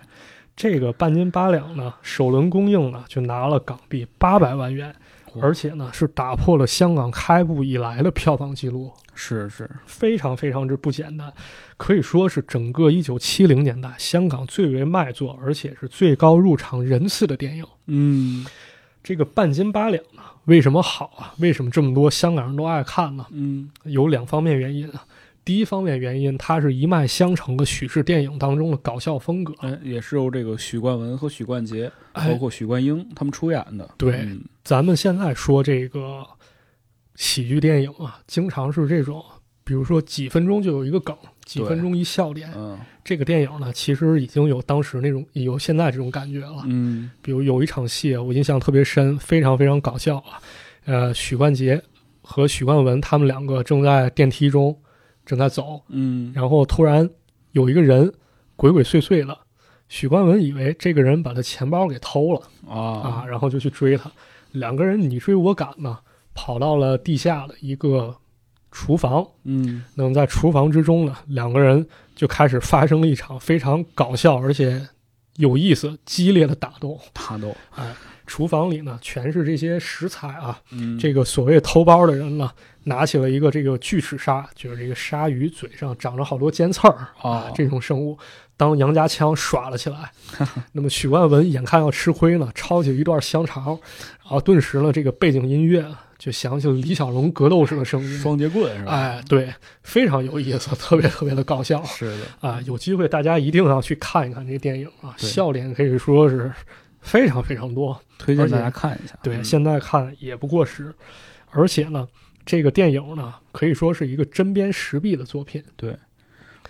B: 这个《半斤八两》呢，首轮公映呢就拿了港币八百万元，
A: 哇
B: 而且呢是打破了香港开埠以来的票房记录。
A: 是是，
B: 非常非常之不简单，可以说是整个一九七零年代香港最为卖座，而且是最高入场人次的电影。
A: 嗯
B: 这个《半斤八两》呢，为什么好啊？为什么这么多香港人都爱看呢？
A: 嗯，
B: 有两方面原因啊。第一方面原因，它是一脉相承的许氏电影当中的搞笑风格。
A: 哎，也是由这个许冠文和许冠杰，包
B: 哎，
A: 括许冠英他们出演的。
B: 对
A: 嗯
B: 咱们现在说这个喜剧电影啊，经常是这种，比如说几分钟就有一个梗，几
A: 对
B: 分钟一笑点，
A: 嗯
B: 这个电影呢，其实已经有当时那种有现在这种感觉了。
A: 嗯
B: 比如有一场戏，啊我印象特别深，非常非常搞笑啊。呃，许冠杰和许冠文他们两个正在电梯中正在走，
A: 嗯，
B: 然后突然有一个人鬼鬼祟祟了，许冠文以为这个人把他钱包给偷了啊，
A: 啊
B: 然后就去追他，两个人你追我赶呢，跑到了地下的一个厨房，
A: 嗯
B: 那么在厨房之中呢，两个人就开始发生了一场非常搞笑而且有意思、激烈的打斗。
A: 他都
B: 厨房里呢，全是这些食材啊。
A: 嗯
B: 这个所谓偷包的人呢，拿起了一个这个巨齿鲨，就是这个鲨鱼嘴上长着好多尖刺儿
A: 啊
B: 这种生物，当杨家枪耍了起来。那么许冠文眼看要吃亏呢，抄起一段香肠，然后顿时呢，这个背景音乐啊就响起了李小龙格斗式的声音。
A: 双截棍是吧？
B: 哎，对，非常有意思，特别特别的搞 笑
A: 是的，
B: 啊！有机会大家一定要去看一看这电影啊，
A: 对
B: 笑点可以说是非常非常多。
A: 推荐
B: 而且
A: 大家看一下。
B: 对，
A: 嗯
B: 现在看也不过时，而且呢，这个电影呢可以说是一个针砭时弊的作品，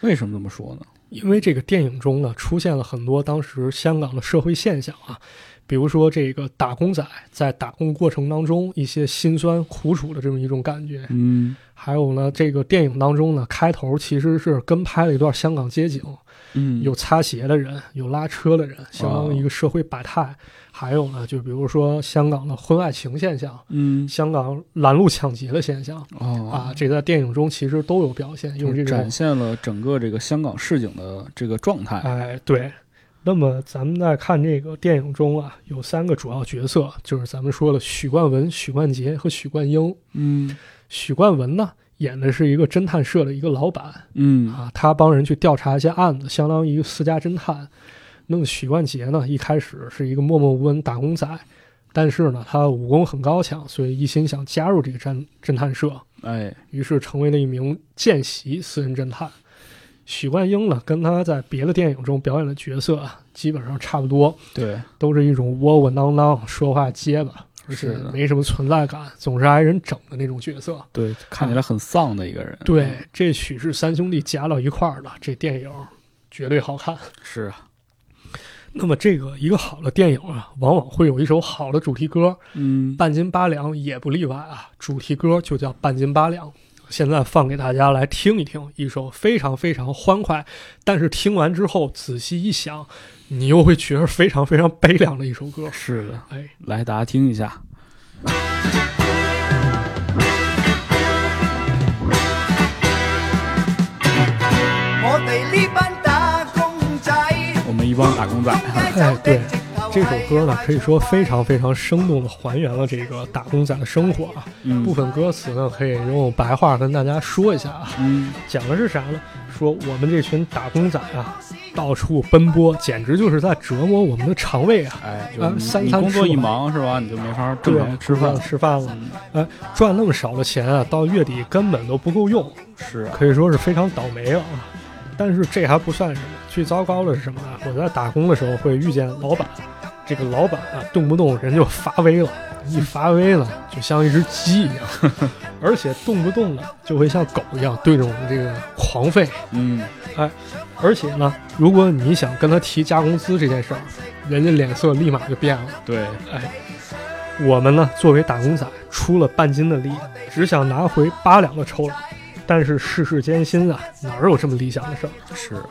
A: 为什么这么说呢？
B: 因为这个电影中呢出现了很多当时香港的社会现象啊。比如说，这个打工仔在打工过程当中一些辛酸苦楚的这么一种感觉，
A: 嗯
B: 还有呢，这个电影当中呢，开头其实是跟拍了一段香港街景，
A: 嗯啊
B: 有擦鞋的人，有拉车的人，相当于一个社会百态。还有呢，就比如说香港的婚外情现象，
A: 嗯
B: 香港拦路抢劫的现象
A: 哦
B: 啊，，这在电影中其实都有表现，
A: 就
B: 用
A: 是
B: 这
A: 展
B: 种
A: 现了整个这个香港市井的这个状态。
B: 哎对。那么咱们在看这个电影中啊，有三个主要角色，就是咱们说的许冠文、许冠杰和许冠英。
A: 嗯
B: 许冠文呢，演的是一个侦探社的一个老板，
A: 嗯
B: 啊，他帮人去调查一些案子，相当于一个私家侦探。那么许冠杰呢，一开始是一个默默无闻打工仔，但是呢，他武功很高强，所以一心想加入这个侦侦探社，
A: 哎
B: 于是成为了一名见习私人侦探。许冠英呢，跟他在别的电影中表演的角色啊基本上差不多，
A: 对
B: 都是一种窝窝囊囊、说话结巴，而且
A: 是的
B: 没什么存在感，总是挨人整的那种角色。
A: 对，看起来很丧的一个人。嗯
B: 对，这许氏三兄弟夹到一块儿了，这电影绝对好看。
A: 是啊，
B: 那么这个一个好的电影啊，往往会有一首好的主题歌，
A: 嗯
B: 半斤八两也不例外啊。主题歌就叫半斤八两。现在放给大家来听一听，一首非常非常欢快，但是听完之后仔细一想，你又会觉得非常非常悲凉的一首歌。
A: 是的，
B: 哎，
A: 来大家听一下。
D: 我哋呢班打工仔，
A: 我们一帮打工仔，
B: 哎，对，这首歌
D: 啊
B: 呢，可以说非常非常生动的还原了这个打工仔的生活啊。
A: 嗯
B: 部分歌词呢，可以用白话跟大家说一下啊。
A: 嗯，
B: 讲的是啥呢？说我们这群打工仔啊，到处奔波，简直就是在折磨我们的肠胃啊！
A: 哎，
B: 啊
A: 就是
B: 三
A: 你你
B: 餐
A: 工
B: 吃
A: 作一
B: 不
A: 忙是吧，你就没法正
B: 对啊
A: 常吃饭嗯了。
B: 吃饭了，哎，赚那么少的钱啊，到月底根本都不够用，
A: 是啊，
B: 可以说是非常倒霉了啊。但是这还不算什么，最糟糕的是什么呢？我在打工的时候会遇见老板，这个老板啊，动不动人就发威了，一发威呢，就像一只鸡一样，而且动不动呢就会像狗一样对着我们这个狂吠。
A: 嗯，
B: 而且呢，如果你想跟他提加工资这件事儿，人家脸色立马就变了。
A: 对，
B: 哎我们呢，作为打工仔，出了半斤的力，只想拿回八两的酬劳。但是世事艰辛啊，哪有这么理想的事儿？
A: 是，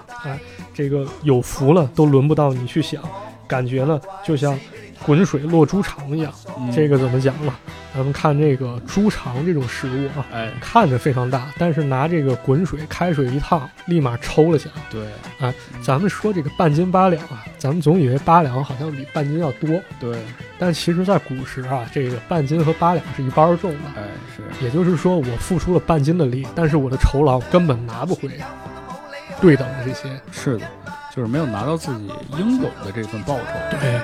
B: 这个有福了都轮不到你去想，感觉呢就像滚水落猪肠一样。
A: 嗯
B: 这个怎么讲呢？咱们看这个猪肠这种食物啊，
A: 哎，
B: 看着非常大，但是拿这个滚水开水一烫，立马抽了起来。啊
A: 对
B: 咱们说这个半斤八两啊，咱们总以为八两好像比半斤要多，
A: 对，
B: 但其实在古时啊，这个半斤和八两是一般而重的。
A: 哎是，
B: 也就是说，我付出了半斤的力，但是我的酬劳根本拿不回对等的这些。
A: 是的，就是没有拿到自己应有的这份报酬。
B: 对，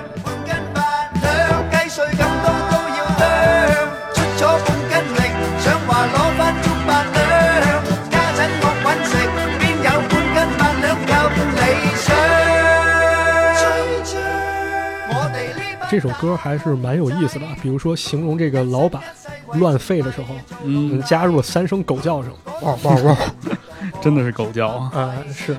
B: 这首歌还是蛮有意思的啊。比如说，形容这个老板乱吠的时候，我们
A: 嗯，
B: 加入了三声狗叫声，汪汪汪。
A: 真的是狗叫啊。
B: 啊，是。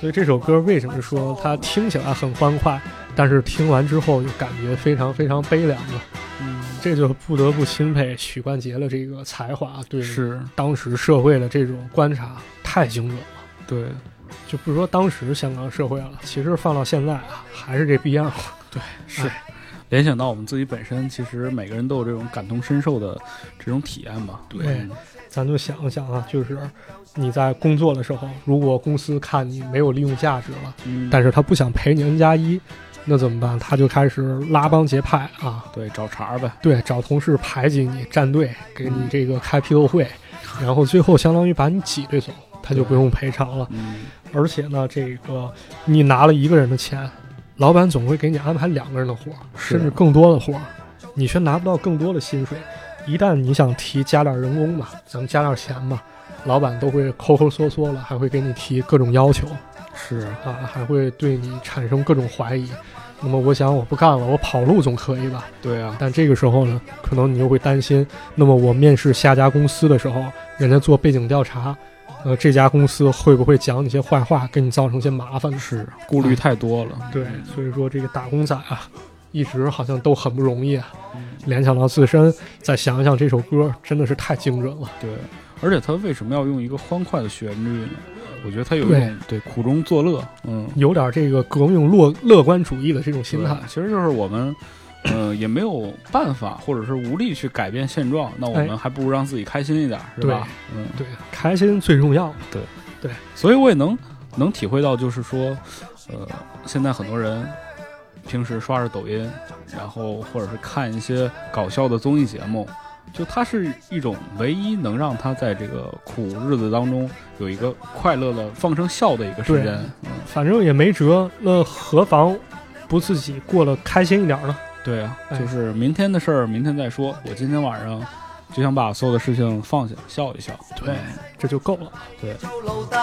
B: 所以这首歌为什么说它听起来很欢快，但是听完之后又感觉非常非常悲凉呢？
A: 嗯，
B: 这就不得不钦佩许冠杰的这个才华，啊对
A: 是
B: 当时社会的这种观察太精准了。
A: 对，
B: 就不说当时香港社会了，其实放到现在啊，还是这逼样。
A: 是。联想到我们自己本身，其实每个人都有这种感同身受的这种体验嗯吧。
B: 对咱就想一想啊，就是你在工作的时候，如果公司看你没有利用价值了，
A: 嗯，
B: 但是他不想赔你 N 加一，那怎么办？他就开始拉帮结派啊，
A: 对找茬儿呗。
B: 对，找同事排挤你，站队，给你这个开批斗会，然后最后相当于把你挤兑走，他就不用赔偿了。
A: 嗯，
B: 而且呢，这个你拿了一个人的钱，老板总会给你安排两个人的活儿，
A: 是
B: 甚至更多的活儿，你却拿不到更多的薪水。一旦你想提加点人工吧，咱们加点钱吧，老板都会抠抠缩缩了，还会给你提各种要求。
A: 是
B: 啊，还会对你产生各种怀疑。那么我想我不干了，我跑路总可以吧？
A: 对啊，
B: 但这个时候呢，可能你又会担心，那么我面试下家公司的时候，人家做背景调查，呃，这家公司会不会讲你些坏话，给你造成些麻烦呢？
A: 是顾虑太多了。
B: 对，所以说这个打工仔啊，一直好像都很不容易啊。
A: 嗯
B: 联想到自身，再想一想这首歌，真的是太精准了。
A: 对，而且他为什么要用一个欢快的旋律呢？我觉得他有一
B: 对
A: 种对苦中作乐，嗯，
B: 有点这个革命乐乐观主义的这种心态
A: 对，其实就是我们，呃，也没有办法，或者是无力去改变现状，那我
B: 哎
A: 们还不如让自己开心一点，是吧？嗯，
B: 对，开心最重要。
A: 所以我也能能体会到，就是说，呃，现在很多人平时刷着抖音，然后或者是看一些搞笑的综艺节目，就它是一种唯一能让他在这个苦日子当中有一个快乐的放声笑的一个时间。嗯，
B: 反正也没辙，那何妨不自己过得开心一点呢？
A: 对啊，
B: 哎
A: 就是明天的事儿明天再说，我今天晚上就想把所有的事情放下，笑一笑。
B: 对这就够了。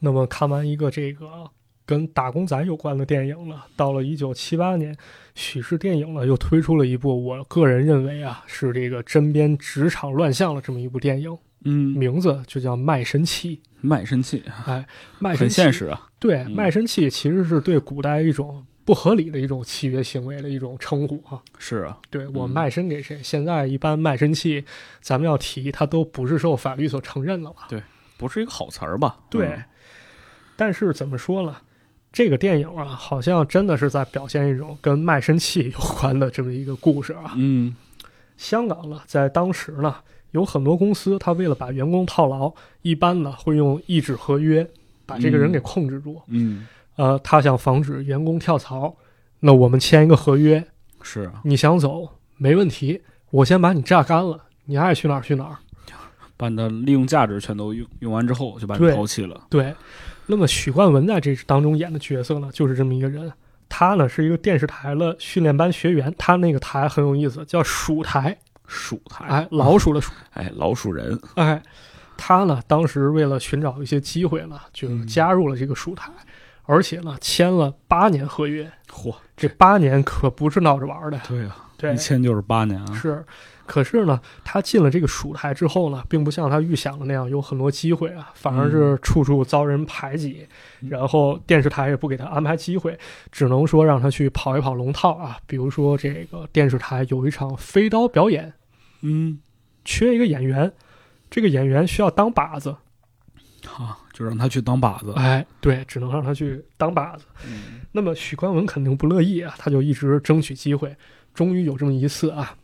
B: 那么看完一个这个跟打工仔有关的电影了。到了一九七八年，许氏电影呢又推出了一部，我个人认为啊是这个针砭职场乱象的这么一部电影，
A: 嗯，
B: 名字就叫《卖身契》。
A: 卖身契
B: 卖身
A: 很
B: 契
A: 现实啊，
B: 对，
A: 嗯
B: 卖身契其实是对古代一种不合理的一种契约行为的一种称呼啊。
A: 是啊，
B: 对我
A: 嗯
B: 卖身给谁？现在一般卖身契，咱们要提，它都不是受法律所承认了啊吧？
A: 不是一个好词儿吧？
B: 对。
A: 嗯
B: 但是怎么说呢？这个电影啊，好像真的是在表现一种跟卖身契有关的这么一个故事啊。
A: 嗯，
B: 香港呢，在当时呢，有很多公司，它为了把员工套牢，一般呢会用一纸合约把这个人给控制住。
A: 嗯，
B: 呃，他想防止员工跳槽，那我们签一个合约，
A: 是啊，
B: 你想走没问题，我先把你榨干了，你爱去哪儿去哪儿。
A: 把你的利用价值全都用用完之后，就把你
B: 对
A: 抛弃了。
B: 对，那么许冠文在这当中演的角色呢，就是这么一个人。他呢是一个电视台的训练班学员，他那个台很有意思，叫鼠台，
A: 鼠台，
B: 哎，老鼠的鼠，
A: 哎，老鼠人，
B: 哎，他呢当时为了寻找一些机会呢，就
A: 嗯
B: 加入了这个鼠台，而且呢签了八年合约，
A: 嚯，
B: 这八年可不是闹着玩儿的，
A: 对啊，
B: 对
A: 一，签就是八年啊，
B: 是，可是呢，他进了这个蜀台之后呢，并不像他预想的那样有很多机会啊，反而是处处遭人排挤，
A: 嗯
B: 然后电视台也不给他安排机会，只能说让他去跑一跑龙套啊。比如说这个电视台有一场飞刀表演，
A: 嗯，
B: 缺一个演员，这个演员需要当靶子，
A: 好，就让他去当靶子。
B: 哎，对，只能让他去当靶子。
A: 嗯
B: 那么许冠文肯定不乐意啊，他就一直争取机会，终于有这么一次啊。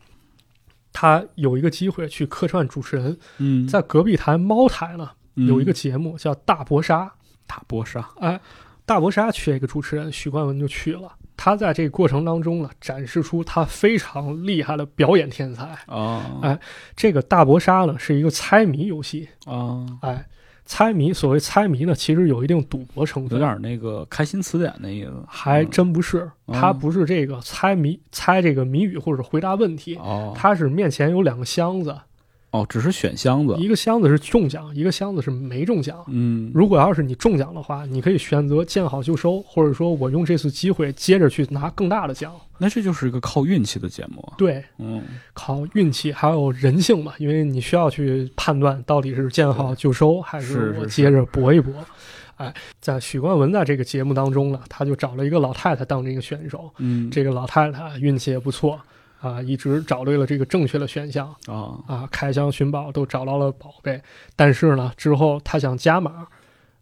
B: 他有一个机会去客串主持人，
A: 嗯，
B: 在隔壁台猫台呢，
A: 嗯
B: 有一个节目叫《大搏杀
A: 大波杀，》，
B: 哎，《大搏杀》缺一个主持人，许冠文就去了。他在这个过程当中呢，展示出他非常厉害的表演天才。
A: 啊
B: 哎这个大搏杀呢，是一个猜谜游戏，
A: 啊，
B: 哎，猜谜，所谓猜谜呢，其实有一定赌博成
A: 有
B: 分。
A: 点那个开心词典的意思，
B: 还真不是，
A: 嗯
B: 他不是这个猜谜、猜这个谜语或者回答问题，
A: 哦
B: 他是面前有两个箱子，
A: 哦，只是选箱子，
B: 一个箱子是中奖，一个箱子是没中奖。
A: 嗯，
B: 如果要是你中奖的话，你可以选择见好就收，或者说我用这次机会接着去拿更大的奖。
A: 那这就是一个靠运气的节目啊，
B: 对，
A: 嗯，
B: 靠运气还有人性嘛，因为你需要去判断到底是见好就收，还
A: 是
B: 是
A: 是是
B: 我接着搏一搏。哎，在许冠文在这个节目当中呢，他就找了一个老太太当这个选手，
A: 嗯，
B: 这个老太太运气也不错啊，一直找对了这个正确的选项
A: 啊，
B: 啊，开箱寻宝都找到了宝贝，但是呢，之后他想加码，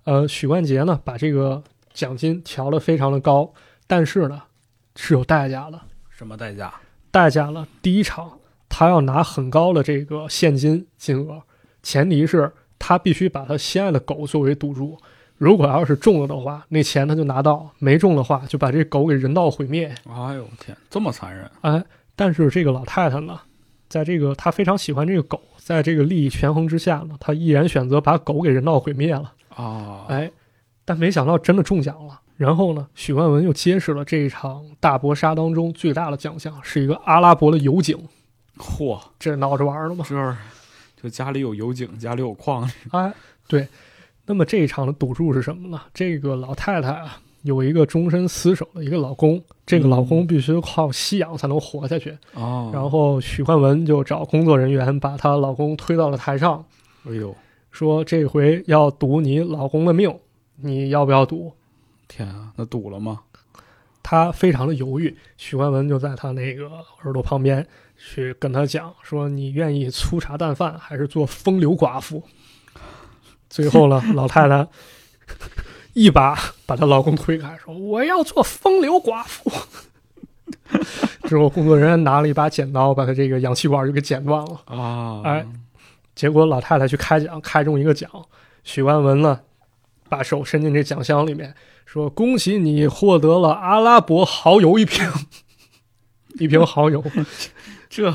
B: 呃，许冠杰呢把这个奖金调得非常的高，但是呢是有代价的，
A: 什么代价？
B: 代价呢第一场他要拿很高的这个现金金额，前提是他必须把他心爱的狗作为赌注。如果要是中了的话，那钱他就拿到；没中的话，就把这狗给人道毁灭。
A: 哎呦天，这么残忍，
B: 哎，但是这个老太太呢，在这个她非常喜欢这个狗，在这个利益权衡之下呢，她毅然选择把狗给人道毁灭了。
A: 啊，
B: 哎，但没想到真的中奖了。然后呢，许冠文又揭示了这一场大搏杀当中最大的奖项是一个阿拉伯的油井，
A: 嚯，
B: 这闹着玩儿了吗？
A: 这儿就家里有油井，家里有矿，
B: 哎，对。那么这一场的赌注是什么呢？这个老太太啊，有一个终身厮守的一个老公，这个老公必须靠吸氧才能活下去。
A: 哦
B: 然，后许冠文就找工作人员把她老公推到了台上，
A: 哎呦
B: 说这回要赌你老公的命，你要不要赌？
A: 天啊，那堵了吗？
B: 她非常的犹豫，许冠文就在她那个耳朵旁边去跟她讲说：“你愿意粗茶淡饭，还是做风流寡妇？”最后呢，老太太一把把她老公推开，说：“我要做风流寡妇。” 之后，工作人员拿了一把剪刀，把她这个氧气管就给剪断了。
A: 啊，
B: 哎，结果老太太去开奖，开中一个奖。许冠文呢，把手伸进这奖箱里面，说：“恭喜你获得 了阿拉伯蚝油一瓶，一瓶蚝油。
A: 这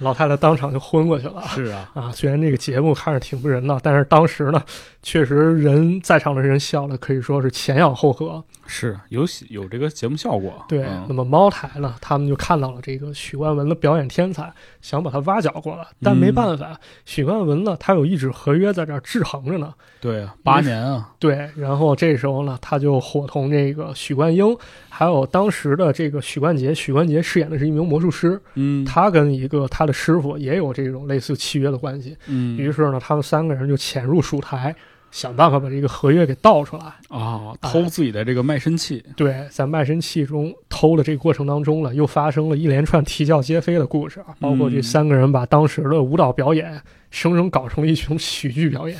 B: 老太太当场就昏过去了。
A: 是啊，
B: 啊，虽然这个节目看着挺不人道，但是当时呢，确实人在场的人笑的可以说是前仰后合。
A: 是有喜有这个节目效果。
B: 对，
A: 嗯
B: 那么猫台呢，他们就看到了这个许冠文的表演天才，想把他挖角过来，但没办法，许冠文呢，他有一纸合约在这儿制衡着呢。
A: 对啊，八年啊，
B: 对，然后这时候呢，他就伙同这个许冠英，还有当时的这个许冠杰，许冠杰饰演的是一名魔术师，
A: 嗯，
B: 他跟一个他的师傅也有这种类似契约的关系。
A: 嗯
B: 于是呢，他们三个人就潜入蜀台，想办法把这个合约给盗出来。
A: 啊，偷自己的这个卖身契，
B: 对，在卖身契中偷的这个过程当中呢，又发生了一连串啼笑皆非的故事啊，包括这
A: 嗯
B: 三个人把当时的舞蹈表演生生搞成了一种喜剧 表演。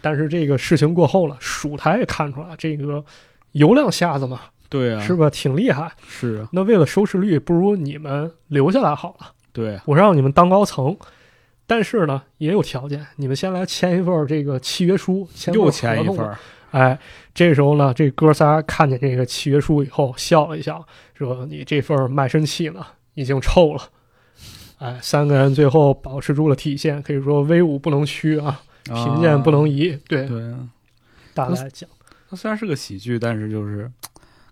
B: 但是这个事情过后了，蜀台也看出来这个油量下子嘛，
A: 对啊，
B: 是吧？挺厉害。
A: 是啊，
B: 那为了收视率，不如你们留下来好了。
A: 对啊，
B: 我让你们当高层，但是呢也有条件，你们先来签一份儿这个契约书，签份
A: 又
B: 儿
A: 签
B: 合
A: 一
B: 同
A: 份儿，
B: 哎，这时候呢，这哥仨看见这个契约书以后笑了一笑，说：“你这份儿卖身契呢，已经臭了。”哎，三个人最后保持住了底线，可以说威武不能屈啊，贫贱不能
A: 移。
B: 移。对，
A: 对啊，
B: 大概讲，
A: 它虽然是个喜剧，但是就是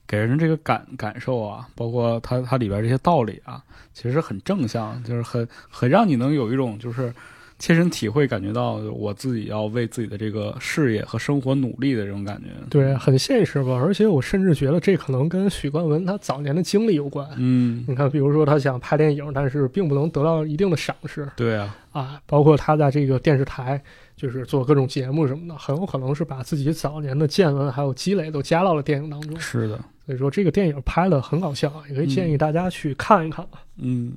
A: 给人这个感感受啊，包括它它里边这些道理啊，其实很正向，就是很很让你能有一种就是切身体会，感觉到我自己要为自己的这个事业和生活努力的这种感觉。
B: 对，，很现实吧。而且我甚至觉得这可能跟许冠文他早年的经历有关。
A: 嗯，
B: 你看，比如说他想拍电影，但是并不能得到一定的赏识
A: 对啊，
B: 啊，包括他在这个电视台就是做各种节目什么的，很有可能是把自己早年的见闻还有积累都加到了电影当中。
A: 嗯是的，
B: 所以说这个电影拍的很搞笑，也可以建议大家去看一看。
A: 嗯，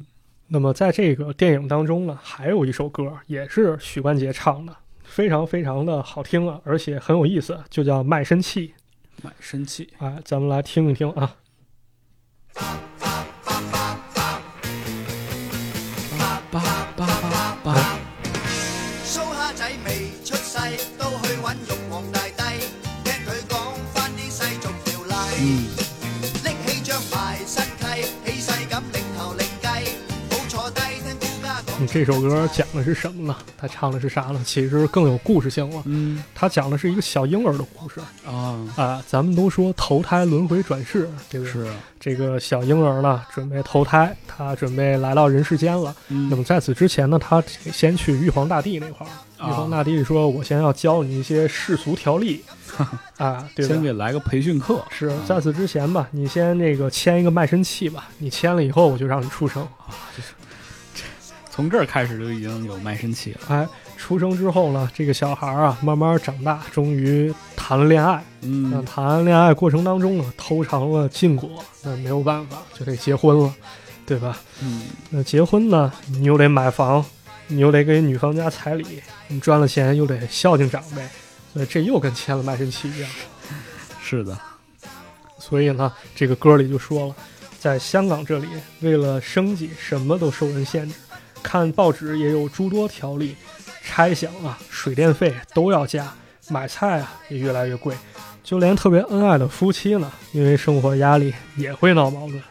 B: 那么在这个电影当中呢，还有一首歌也是许冠杰唱的，非常非常的好听啊，而且很有意思，就叫《卖身契》。
A: 买身契，
B: 哎，咱们来听一听啊。
A: 叭叭叭叭，
D: 苏蝦仔未出世，都去揾玉皇大帝，聽佢講翻啲世俗條例，
A: 嗯，
D: 拎起張埋身契，起勢咁擰頭擰計，冇坐低聽顧家
B: 你
D: 講。
B: 这首歌讲的是什么呢？他唱的是啥呢？其实更有故事性了。
A: 嗯
B: 他讲的是一个小婴儿的故事
A: 啊，
B: 啊。咱们都说投胎轮回转世，对不对？
A: 是，啊
B: 这个小婴儿呢，准备投胎，他准备来到人世间了。那
A: 嗯
B: 么在此之前呢，他先去玉皇大帝那块儿。
A: 啊
B: 玉皇大帝说：“我先要教你一些世俗条 例啊，对
A: 先
B: 吧
A: 给？来个培训课，
B: 是在此之前吧，你先那个签一个卖身契吧。你签了以后，我就让你出生。
A: 从这儿开始就已经有卖身契了，
B: 哎，出生之后呢，这个小孩儿啊，慢慢长大，终于谈了恋爱。那
A: 嗯
B: 谈恋爱过程当中呢，偷尝了禁果，那没有办法，就得结婚了，对吧？
A: 嗯，
B: 那结婚呢，你又得买房，你又得给女方家彩礼，你赚了钱又得孝敬长辈，所以这又跟签了卖身契一样。
A: 是的，
B: 所以呢，这个歌里就说了，在香港这里，为了生计，什么都受人限制，看报纸也有诸多条例，拆想啊、水电费都要加，买菜啊也越来越贵，就连特别恩爱的夫妻呢，因为生活压力也会闹矛盾。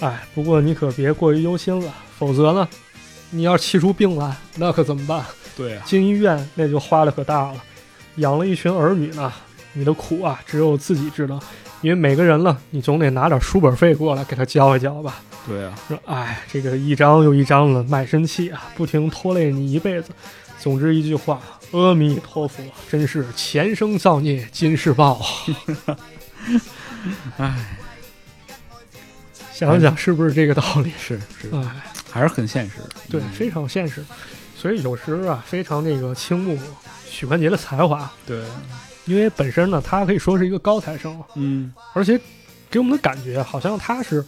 B: 哎，不过你可别过于忧心了，否则呢，你要气出病来，那可怎么办？
A: 对啊，
B: 进医院那就花的可大了，养了一群儿女呢，你的苦啊只有自己知道，因为每个人呢，你总得拿点书本费过来给他交一交吧。
A: 对啊，
B: 说，哎，这个一张又一张的卖身契啊，不停拖累你一辈子。总之一句话，阿弥陀佛，真是前生造孽今世报 啊！
A: 哎，
B: 想想是不是这个道理？
A: 是是，
B: 哎。
A: 还是很现实，
B: 对，
A: 嗯
B: 非常现实。所以有时啊，非常这个倾慕许冠杰的才华，
A: 对，
B: 因为本身呢，他可以说是一个高材生，
A: 嗯，
B: 而且给我们的感觉好像他是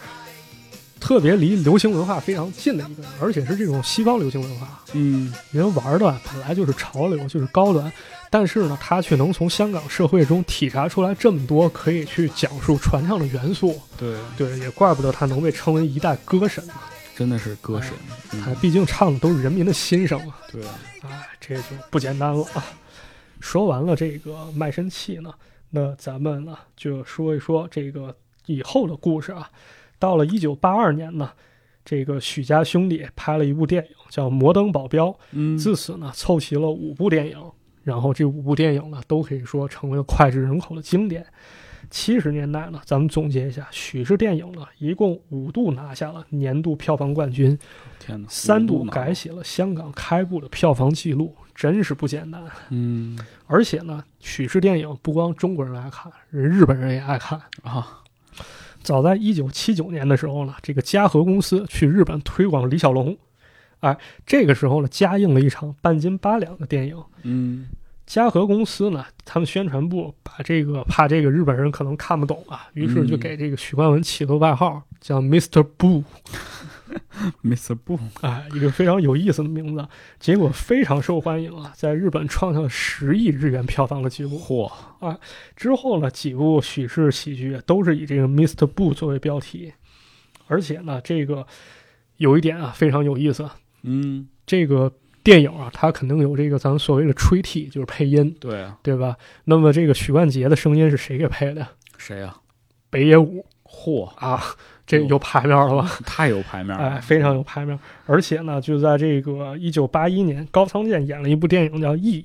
B: 特别离流行文化非常近的一个人，而且是这种西方流行文化。
A: 嗯，
B: 人玩的啊本来就是潮流，就是高端，但是呢，他却能从香港社会中体察出来这么多可以去讲述传唱的元素。
A: 对，
B: 对，也怪不得他能被称为一代歌神呢，
A: 真的是歌神，
B: 他
A: 嗯，
B: 毕竟唱的都是人民的心声啊。
A: 对啊，
B: 啊，这就不简单了啊！说完了这个卖身契呢，那咱们呢就说一说这个以后的故事啊。到了一九八二年呢，这个许家兄弟拍了一部电影叫《摩登保镖》，
A: 嗯
B: 自此呢凑齐了五部电影，然后这五部电影呢都可以说成为了脍炙人口的经典。七十年代呢，咱们总结一下，许氏电影呢一共五度拿下了年度票房冠军，
A: 天哪，
B: 三度
A: 五呢
B: 改，写了香港开埠的票房记录，真是不简单。
A: 嗯
B: 而且呢，许氏电影不光中国人爱看，人日本人也爱看。
A: 啊，
B: 早在一九七九年的时候呢，这个嘉禾公司去日本推广李小龙，哎，这个时候呢，加映了一场半斤八两的电影。
A: 嗯
B: 嘉禾公司呢，他们宣传部把这个怕这个日本人可能看不懂啊，于是就
A: 嗯
B: 给这个许冠文起了个外号叫 Mr. Boo，
A: ，Mr. Boom，
B: 哎，一个非常有意思的名字，结果非常受欢迎啊，在日本创下了十亿日元票房的记录。
A: 嚯，
B: 之后呢，几部许氏喜剧都是以这个 Mr. Boo 作为标题，而且呢，这个有一点啊非常有意思，
A: 嗯，
B: 这个电影啊，它肯定有这个咱们所谓的吹替，就是配音，
A: 对啊，
B: 对吧？那么这个许冠杰的声音是谁给配的？
A: 谁啊呀？
B: 北野武
A: 嚯，
B: 啊，这有排面了吧？
A: 太有牌面了，
B: 哎，非常有排面。而且呢，就在这个一九八一年，高仓健演了一部电影叫《E》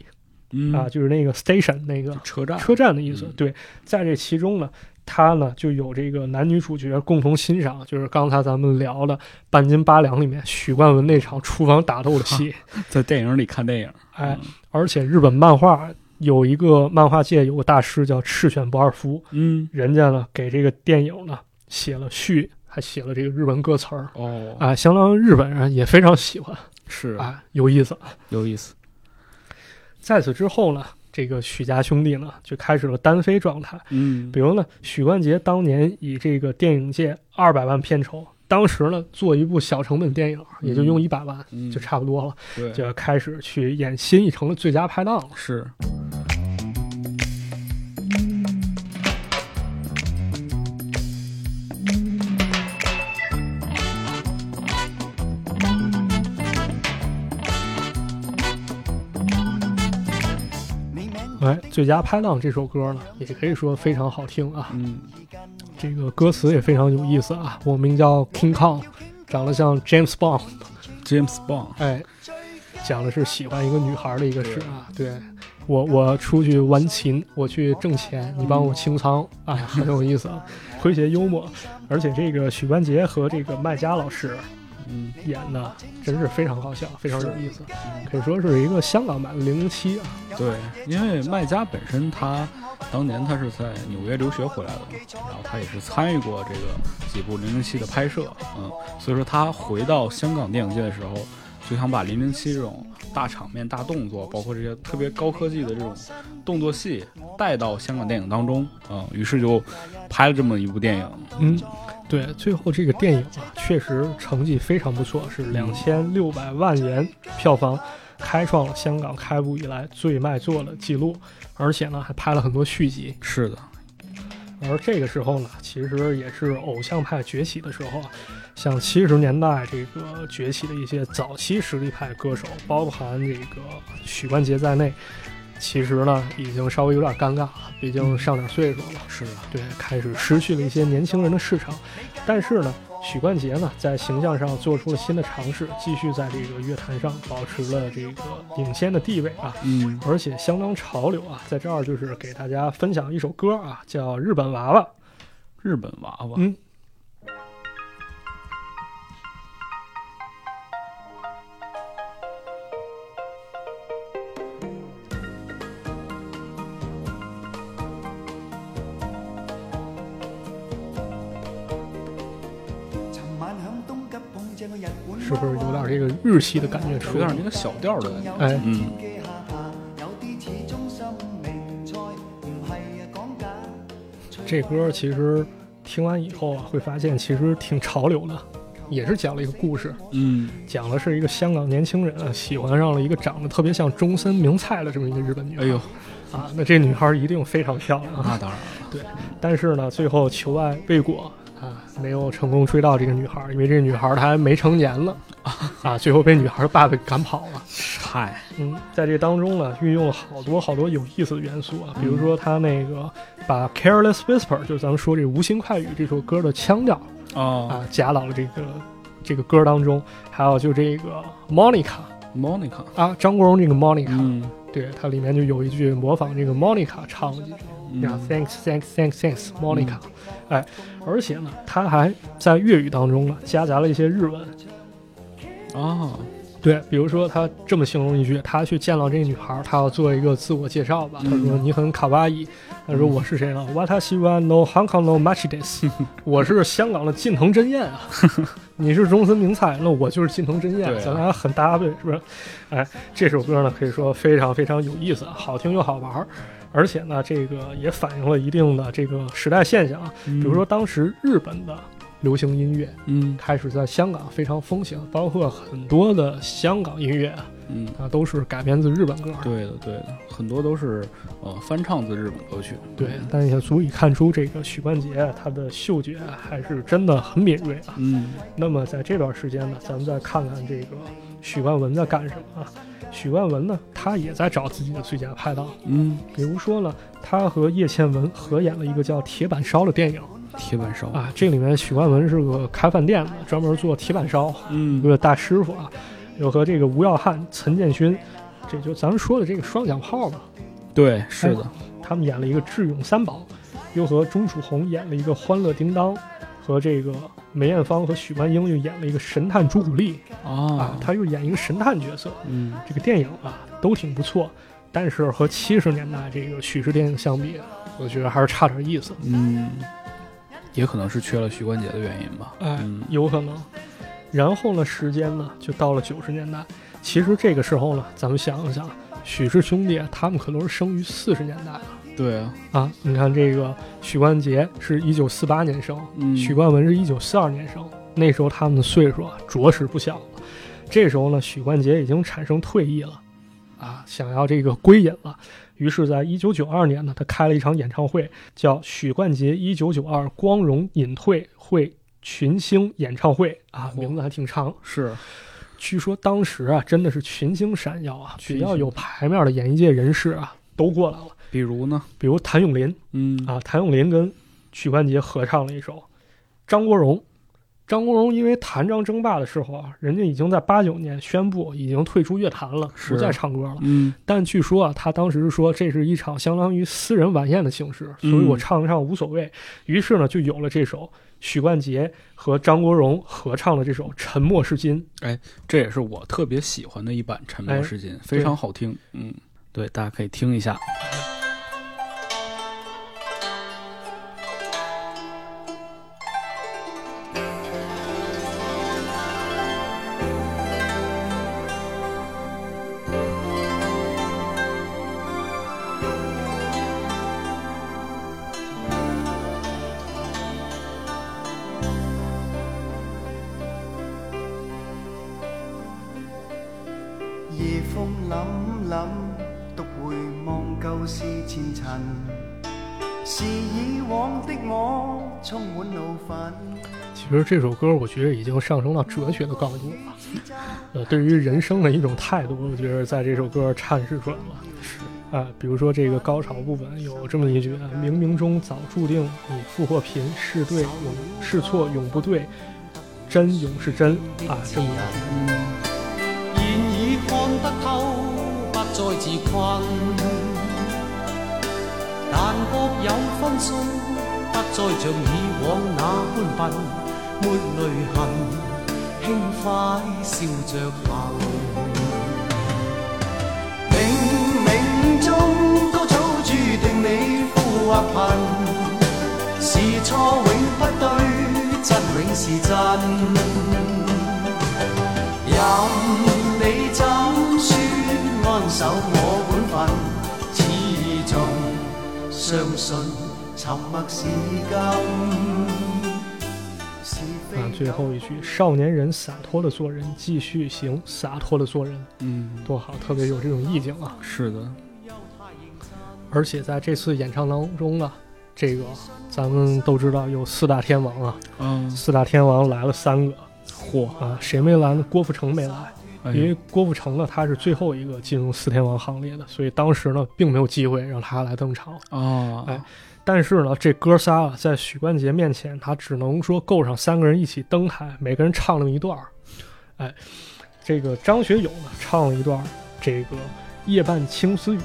A: 嗯
B: 啊，就是那个 station 那个
A: 车站，
B: 车站的意思。
A: 嗯
B: 对，在这其中呢，他呢就有这个男女主角共同欣赏，就是刚才咱们聊的《半斤八两》里面许冠文那场厨房打斗的戏。
A: 在电影里看电影，
B: 哎，而且日本漫画有一个漫画界有个大师叫赤犬不二夫，
A: 嗯，
B: 人家呢给这个电影呢写了序，还写了这个日文歌词儿。
A: 哦，
B: 啊，相当于日本人也非常喜欢
A: 是
B: 啊，有意思。
A: 有意思，
B: 在此之后呢，这个许家兄弟呢就开始了单飞状态，
A: 嗯
B: 比，如呢，许冠杰当年以这个电影界二百万片酬，当时呢做一部小成本电影也就用一百万、
A: 嗯
B: 就差不多了，
A: 对，
B: 就开始去演新一城的最佳拍档了。
A: 是，嗯
B: 哎，最佳拍档这首歌呢，也可以说非常好听啊，
A: 嗯，
B: 这个歌词也非常有意思啊。我名叫 King Kong，长得像 James Bond，
A: James Bond，
B: 哎，讲的是喜欢一个女孩的一个事啊，对。我我出去玩琴，我去挣钱，你帮我清仓， 哎，很有意思啊，诙谐幽默，而且这个许冠杰和这个麦嘉老师
A: 嗯，
B: 演的真是非常好笑，非常有意思，可以说是一个香港版的零零七啊，
A: 对，因为麦家本身他当年他是在纽约留学回来的嘛，然后他也是参与过这个几部《零零七》的拍摄，嗯，所以说他回到香港电影界的时候，就想把《零零七》这种大场面、大动作，包括这些特别高科技的这种动作戏带到香港电影当中，嗯，于是就拍了这么一部电影，
B: 嗯，对，最后这个电影啊，确实成绩非常不错，是两千六百万元票房，开创了香港开埠以来最卖座的记录，而且呢还拍了很多续集。
A: 是的，
B: 而这个时候呢，其实也是偶像派崛起的时候啊，像七十年代这个崛起的一些早期实力派歌手，包含这个许冠杰在内，其实呢已经稍微有点尴尬了，毕竟上点岁数了。
A: 是的，
B: 对，开始失去了一些年轻人的市场。但是呢，许冠杰呢，在形象上做出了新的尝试，继续在这个乐坛上保持了这个领先的地位啊，
A: 嗯，
B: 而且相当潮流啊。在这儿就是给大家分享一首歌啊，叫《日本娃娃》。
A: 日本娃娃，
B: 嗯是不是有点这个日系的感觉
A: 有
B: 出
A: 点
B: 来
A: 儿？那个小调的感觉，
B: 哎
A: 嗯，
B: 这歌其实听完以后啊，会发现其实挺潮流的，也是讲了一个故事。
A: 嗯，
B: 讲的是一个香港年轻人啊，喜欢上了一个长得特别像中森明菜的这么一个日本女孩。
A: 哎呦，
B: 啊，那这女孩一定非常漂亮啊！
A: 那当然了，
B: 但是呢，最后求爱未果啊，没有成功追到这个女孩，因为这女孩她还没成 年呢啊，最后被女孩爸爸给赶跑了。
A: 嗨，
B: 嗯，在这当中呢，运用了好多好多有意思的元素啊，比如说他那个把《Careless Whisper》就是咱们说这《无心快语》这首歌的腔调
A: 哦，
B: 啊，夹到了这个这个歌当中，还有就这个 Monica
A: Monica，
B: 啊，张国荣这个 Monica，、
A: 嗯
B: 对，它里面就有一句模仿这个 Monica 唱的这句啊
A: 嗯
B: ，Thanks, Thanks, Thanks, Thanks, Monica，、哎，而且呢，它还在粤语当中呢夹杂了一些日文，
A: 啊，
B: 对，比如说他这么形容一句，他去见到这个女孩儿，他要做一个自我介绍吧。他说：“
A: 嗯
B: 你很卡哇伊。”他说：“我是谁呢？What I w a no Hong Kong no match this。我是香港的近藤真彦啊，你是中森明菜，那我就是近藤真彦
A: 对，啊
B: 咱俩很搭配，是不是？哎，这首歌呢可以说非常非常有意思，啊好听又好玩儿，而且呢，这个也反映了一定的这个时代现象，啊，
A: 比
B: 比如说，当时日本的流行音乐。”
A: 嗯
B: 开始在香港非常风行，包括很多的香港音乐
A: 嗯，
B: 啊，都是改编自日本歌。
A: 对的对的，很多都是呃翻唱自日本歌曲，
B: 对，但也足以看出这个许冠杰他的嗅觉还是真的很敏锐啊。
A: 嗯
B: 那么在这段时间呢，咱们再看看这个许冠文在干什么啊？许冠文呢，他也在找自己的最佳拍档，
A: 嗯，
B: 比如说呢，他和叶倩文合演了一个叫《铁板烧》的电影
A: 铁板烧，
B: 啊。这里面许冠文是个开饭店的，专门做铁板烧。
A: 嗯
B: 一个大师傅啊，又和这个吴耀汉、陈建勋，这就咱们说的这个双响炮吧，
A: 对，是的，
B: 他们演了一个《智勇三宝》，又和钟楚红演了一个《欢乐叮当》，和这个梅艳芳和许冠英又演了一个《神探朱古力》啊
A: 啊，，
B: 他又演一个神探角色，
A: 嗯
B: 这个电影啊都挺不错，但是和七十年代这个许氏电影相比，我觉得还是差点意思。
A: 嗯，也可能是缺了许冠杰的原因吧，
B: 哎
A: 嗯，
B: 有可能。然后呢，时间呢就到了九十年代。其实这个时候呢，咱们想想，许氏兄弟他们可都是生于四十年代的
A: 对啊，
B: 啊。你看这个许冠杰是一九四八年生，
A: 嗯，
B: 许冠文是一九四二年生，那时候他们的岁数啊着实不小了。这时候呢，许冠杰已经产生退役了，啊，想要这个归隐了。于是，在一九九二年呢，他开了一场演唱会，叫《许冠杰一九九二光荣隐退会群星演唱会》啊，
A: 嚯
B: 名字还挺长。
A: 是，
B: 据说当时啊，真的是群星闪耀啊，
A: 群
B: 只
A: 星
B: 要有牌面的演艺界人士啊，都过来了。
A: 比如呢，
B: 比如谭咏麟，
A: 嗯
B: 啊，谭咏麟跟许冠杰合唱了一首《张国荣》。张国荣因为谭张争霸的时候啊，人家已经在八九年宣布已经退出乐坛了，
A: 是
B: 不再唱歌了。
A: 嗯
B: 但据说啊，他当时是说这是一场相当于私人晚宴的形式，所
A: 嗯
B: 以我唱不唱无所谓。于是呢，就有了这首许冠杰和张国荣合唱的这首《沉默是金》。
A: 这也是我特别喜欢的一版《沉
B: 哎
A: 默是金》，非常好听。嗯，对，大家可以听一下。
D: 夜風凛凛，獨回望舊事前塵，是以往的我充滿怒憤。
B: 其实这首歌我觉得已经上升到哲学的高度了，呃，对于人生的一种态度，我觉得在这首歌阐释出来了。是啊、比如说这个高潮部分有这么一句：“冥冥中早注定你富或贫，是对永是错永不对，真永是真啊。”这么
E: 现已看得透，不再自困。但各有分数，不再像以往那般笨，没泪痕，轻快笑着行。
D: 冥冥中都早注定你富或貧，是錯永不對，真永是真。任你怎説，安守我本分，始終相信沉默是金。是非
B: 啊，最后一句：“少年人洒脱的做人，继续行洒脱的做人，
A: 嗯，
B: 多好，特别有这种意境啊。”
A: 是的，
B: 而且在这次演唱当中呢，这个咱们都知道有四大天王啊，
A: 嗯，
B: 四大天王来了三个
A: 嚯，
B: 啊，谁没来呢？郭富城没来，
A: 哎
B: 因为郭富城呢他是最后一个进入四天王行列的，所以当时呢并没有机会让他来登场。
A: 啊，
B: 哎但是呢，这哥仨啊，在许冠杰面前，他只能说够上三个人一起登台，每个人唱那么一段儿。哎，这个张学友呢，唱了一段儿这个《夜半青丝雨》，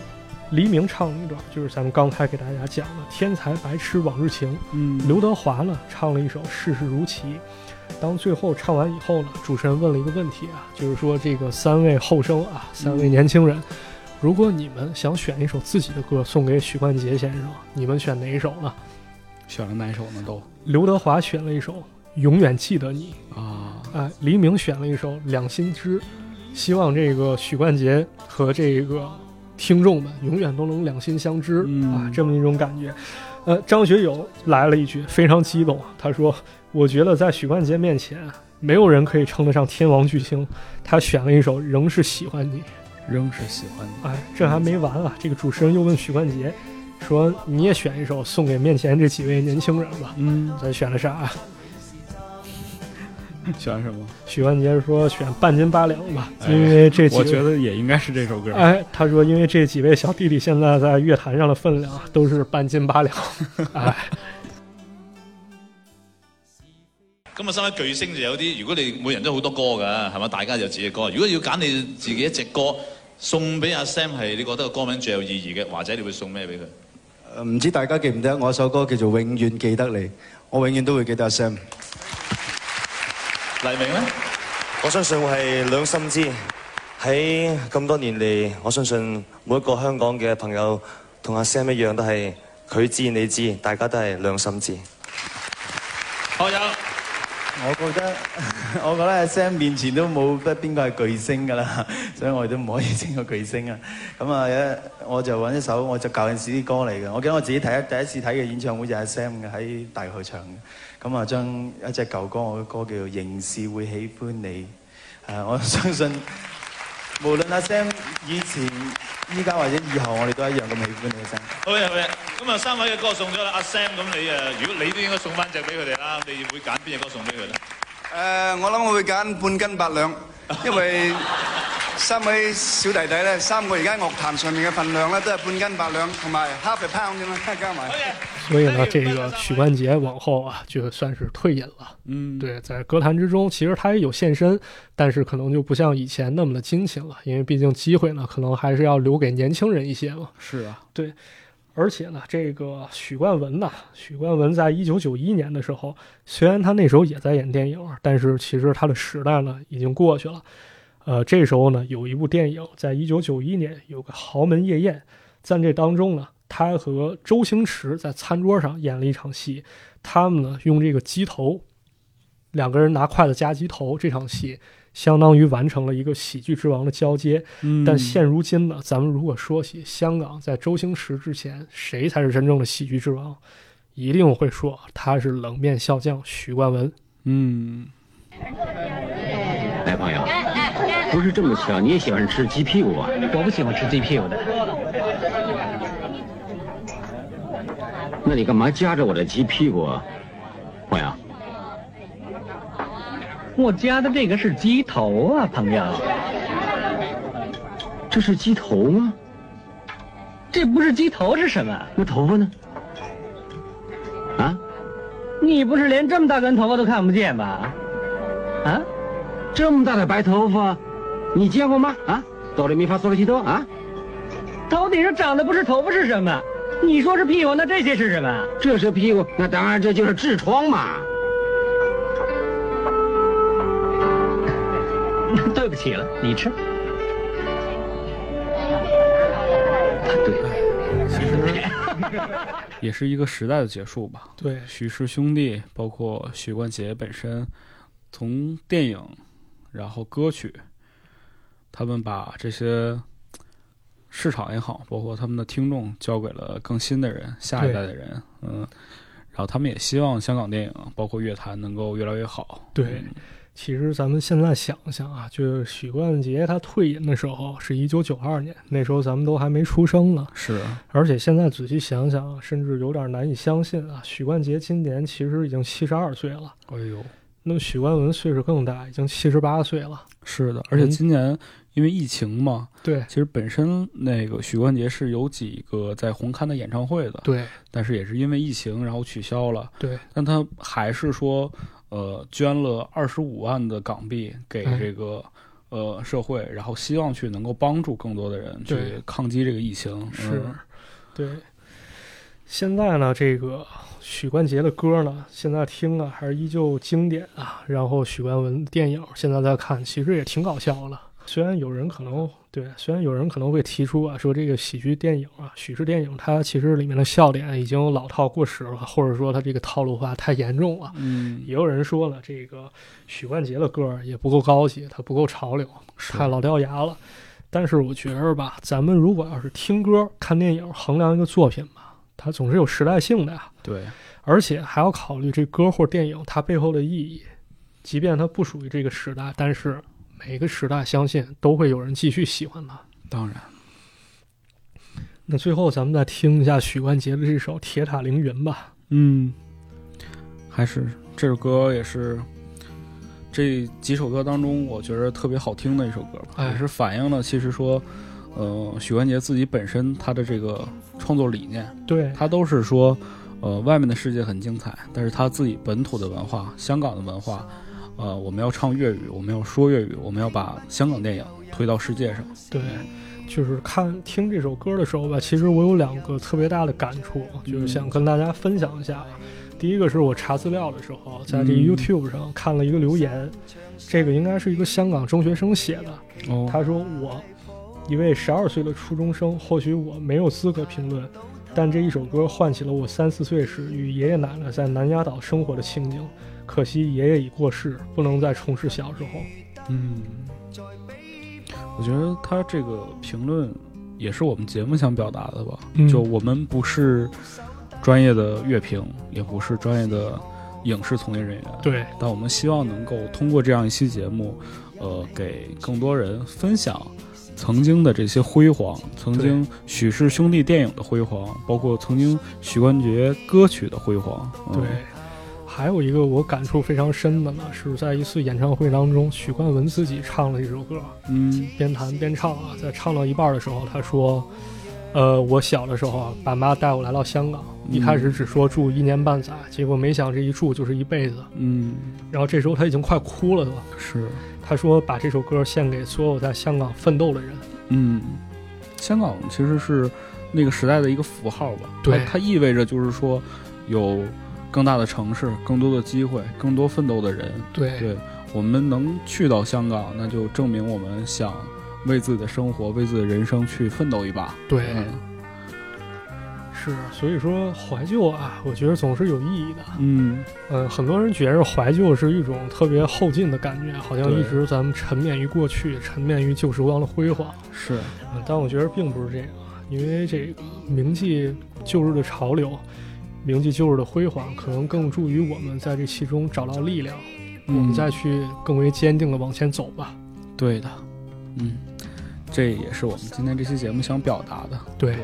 B: 黎明唱了一段儿，就是咱们刚才给大家讲的《天才白痴往日情》。
A: 嗯
B: 刘德华呢唱了一首《世事如棋》。当最后唱完以后呢，主持人问了一个问题啊，就是说这个三位后生啊，三位年轻人，如果你们想选一首自己的歌送给许冠杰先生，你们选哪一首呢？
A: 选了哪首呢？都
B: 刘德华选了一首《永远记得你
A: 啊，》，
B: 哎，黎明选了一首《两心知》，希望这个许冠杰和这个听众们永远都能两心相知、
A: 嗯
B: 啊，这么一种感觉。呃，张学友来了一句非常激动，他说：“我觉得在许冠杰面前，没有人可以称得上天王巨星。”他选了一首《仍是喜欢你》。
A: 仍是喜欢你。
B: 哎，这还没完啊！这个主持人又问许冠杰，说：“你也选一首送给面前这几位年轻人吧。”
A: 嗯，
B: 咱选了啥啊？
A: 选什么？
B: 许冠杰说选半斤八两吧，
A: 哎
B: 因为这几
A: 我觉
B: 位，
A: 得也应该是这首歌。
B: 哎，他说因为这几位小弟弟现在在乐坛上的分量都是半斤八两， 哎，
F: 咁啊，生喺巨星就有啲，如果你每人都好多歌嘅，係嘛？大家有自己嘅歌。如果要揀你自己一隻歌送俾阿 Sam 係，你覺得個歌名最有意義嘅，或者你會送咩俾佢？
D: 誒呃唔知大家記唔記得我首歌叫做《永遠記得你》，我永遠都會記得阿 Sam。
F: 黎明咧，
G: 我相信我係兩心知。喺咁多年嚟，我相信每一個香港嘅朋友同阿 Sam 一樣，都係佢知你知，大家都係兩心知。
F: 我有
D: 我覺得 我覺得阿 Sam 面前都冇得邊個係巨星㗎啦， 所以我哋都唔可以稱佢巨星啊。咁啊，有我就揾一首我就舊陣時啲歌嚟嘅。我記得我自己睇第一次睇嘅演唱會就係阿 Sam 嘅喺大球場嘅。咁啊，將一隻舊歌，我嘅歌叫做《仍是會喜歡你》。誒，我相信無論阿 Sam 以前、依家或者以後，我哋都一樣咁喜歡你嘅 Sam。
F: 好嘅，好嘅。咁啊，三位嘅歌送咗啦，阿 Sam 咁你誒，如果你都應該送翻隻俾佢哋啦，你會揀邊隻歌送俾佢咧？
H: 誒、呃我諗我會揀半斤八兩，因為三位小弟弟咧，三個而家樂壇上面嘅份量咧，都係半斤八兩，同埋 half a pound 咁樣加埋。
B: 所以呢，这个许冠杰往后啊，就算是退隐了。
A: 嗯，
B: 对，在歌坛之中，其实他也有现身，但是可能就不像以前那么的殷勤了，因为毕竟机会呢，可能还是要留给年轻人一些嘛。
A: 是啊，
B: 而且呢，这个许冠文呐、许冠文在一九九一年的时候，虽然他那时候也在演电影，但是其实他的时代呢已经过去了。呃，这时候呢，有一部电影在一九九一年有个《豪门夜宴》，在这当中呢，他和周星驰在餐桌上演了一场戏，他们呢用这个鸡头，两个人拿筷子夹鸡头，这场戏相当于完成了一个喜剧之王的交接。
A: 嗯
B: 但现如今呢，咱们如果说起香港，在周星驰之前，谁才是真正的喜剧之王？一定会说他是冷面笑匠许冠文。
A: 嗯，
E: 哎，朋友，不是这么吃啊？你也喜欢吃鸡屁股啊？我不喜欢吃鸡屁股的。那你干嘛夹着我的鸡屁股啊，朋友？我夹的这个是鸡头啊，朋友。这是鸡头吗？这不是鸡头是什么？那头发呢？啊？你不是连这么大根头发都看不见吗？啊？这么大的白头发，你见过吗？啊，哆来咪发嗦来西哆啊！头顶上长的不是头发是什么？你说是屁股，那这些是什么？这是屁股，那当然这就是痔疮嘛。对不起了，你吃。
A: 也是一个时代的结束吧。
B: 对，
A: 许氏兄弟，包括许冠杰本身，从电影，然后歌曲，他们把这些市场也好，包括他们的听众交给了更新的人，下一代的人，嗯，然后他们也希望香港电影，包括乐坛能够越来越好。
B: 对
A: 嗯
B: 其实咱们现在想想啊，就是许冠杰他退隐的时候是一九九二年，那时候咱们都还没出生呢。
A: 是，啊
B: 而且现在仔细想想啊，甚至有点难以相信啊，许冠杰今年其实已经七十二岁了。
A: 哎呦，
B: 那么许冠文岁数更大，已经七十八岁了。
A: 是的，而且
B: 嗯
A: 今年因为疫情嘛，
B: 对
A: 其实本身那个许冠杰是有几个在红磡的演唱会的，
B: 对
A: 但是也是因为疫情然后取消了，
B: 对，
A: 但他还是说，呃，捐了二十五万的港币给
B: 哎
A: 这个、呃社会，然后希望去能够帮助更多的人去
B: 对
A: 抗击这个疫情。
B: 是
A: 嗯，
B: 对。现在呢，这个许冠杰的歌呢，现在听啊还是依旧经典啊。然后许冠文的电影现在在看，其实也挺搞笑的。虽然有人可能对，虽然有人可能会提出啊，说这个喜剧电影啊，喜剧电影它其实里面的笑点已经老套过时了，或者说它这个套路化太严重了。
A: 嗯
B: 也有人说了，这个许冠杰的歌儿也不够高级，它不够潮流，太老掉牙了。但是我觉着吧，咱们如果要是听歌、看电影，衡量一个作品吧，它总是有时代性的呀，
A: 对，
B: 而且还要考虑这歌或电影它背后的意义。即便它不属于这个时代，但是每个时代相信都会有人继续喜欢它。
A: 当然，
B: 那最后咱们再听一下许冠杰的这首《铁塔凌云》吧。
A: 嗯，还是这首歌也是这几首歌当中，我觉得特别好听的一首歌吧，
B: 哎
A: 也是反映了其实说，呃，许冠杰自己本身他的这个创作理念，
B: 对，
A: 他都是说，呃，外面的世界很精彩，但是他自己本土的文化，香港的文化，呃，我们要唱粤语，我们要说粤语，我们要把香港电影推到世界上。
B: 对，就是看听这首歌的时候吧，其实我有两个特别大的感触，啊
A: 嗯
B: 就是想跟大家分享一下。啊第一个是我查资料的时候，在这个
A: 嗯
B: YouTube 上看了一个留言，这个应该是一个香港中学生写的。
A: 哦
B: 他说：“我一位十二岁的初中生，或许我没有资格评论，但这一首歌唤起了我三四岁时与爷爷奶奶在南丫岛生活的情景。可惜爷爷已过世，不能再重拾小时候。
A: 嗯，我觉得他这个评论也是我们节目想表达的吧，
B: 嗯
A: 就我们不是专业的乐评，也不是专业的影视从业人员，
B: 对，
A: 但我们希望能够通过这样一期节目，呃，给更多人分享曾经的这些辉煌，曾经许氏兄弟电影的辉煌，包括曾经许冠杰歌曲的辉煌。嗯
B: 对，还有一个我感触非常深的呢，是在一次演唱会当中，许冠文自己唱了一首歌，
A: 嗯，
B: 边弹边唱啊，在唱到一半的时候，他说：“呃，我小的时候啊，爸妈带我来到香港，一开始只说住一年半载，结果没想这一住就是一辈子。
A: 嗯，”
B: 然后这时候他已经快哭了都，
A: 是，
B: 他说把这首歌献给所有在香港奋斗的人。
A: 嗯，香港其实是那个时代的一个符号吧，
B: 对
A: 它它意味着就是说有更大的城市，更多的机会，更多奋斗的人，
B: 对
A: 对我们能去到香港，那就证明我们想为自己的生活、为自己的人生去奋斗一把。
B: 对
A: 嗯
B: 是，所以说怀旧啊，我觉得总是有意义的。
A: 嗯，
B: 嗯，很多人觉着怀旧是一种特别后进的感觉，好像
A: 对
B: 一直咱们沉湎于过去，沉湎于旧时光的辉煌。
A: 是，
B: 嗯，但我觉得并不是这样，因为这个铭记旧日的潮流，铭记旧日的辉煌，可能更助于我们在这其中找到力量，我
A: 嗯
B: 们再去更为坚定的往前走吧。
A: 对的，嗯，这也是我们今天这期节目想表达的。
B: 对，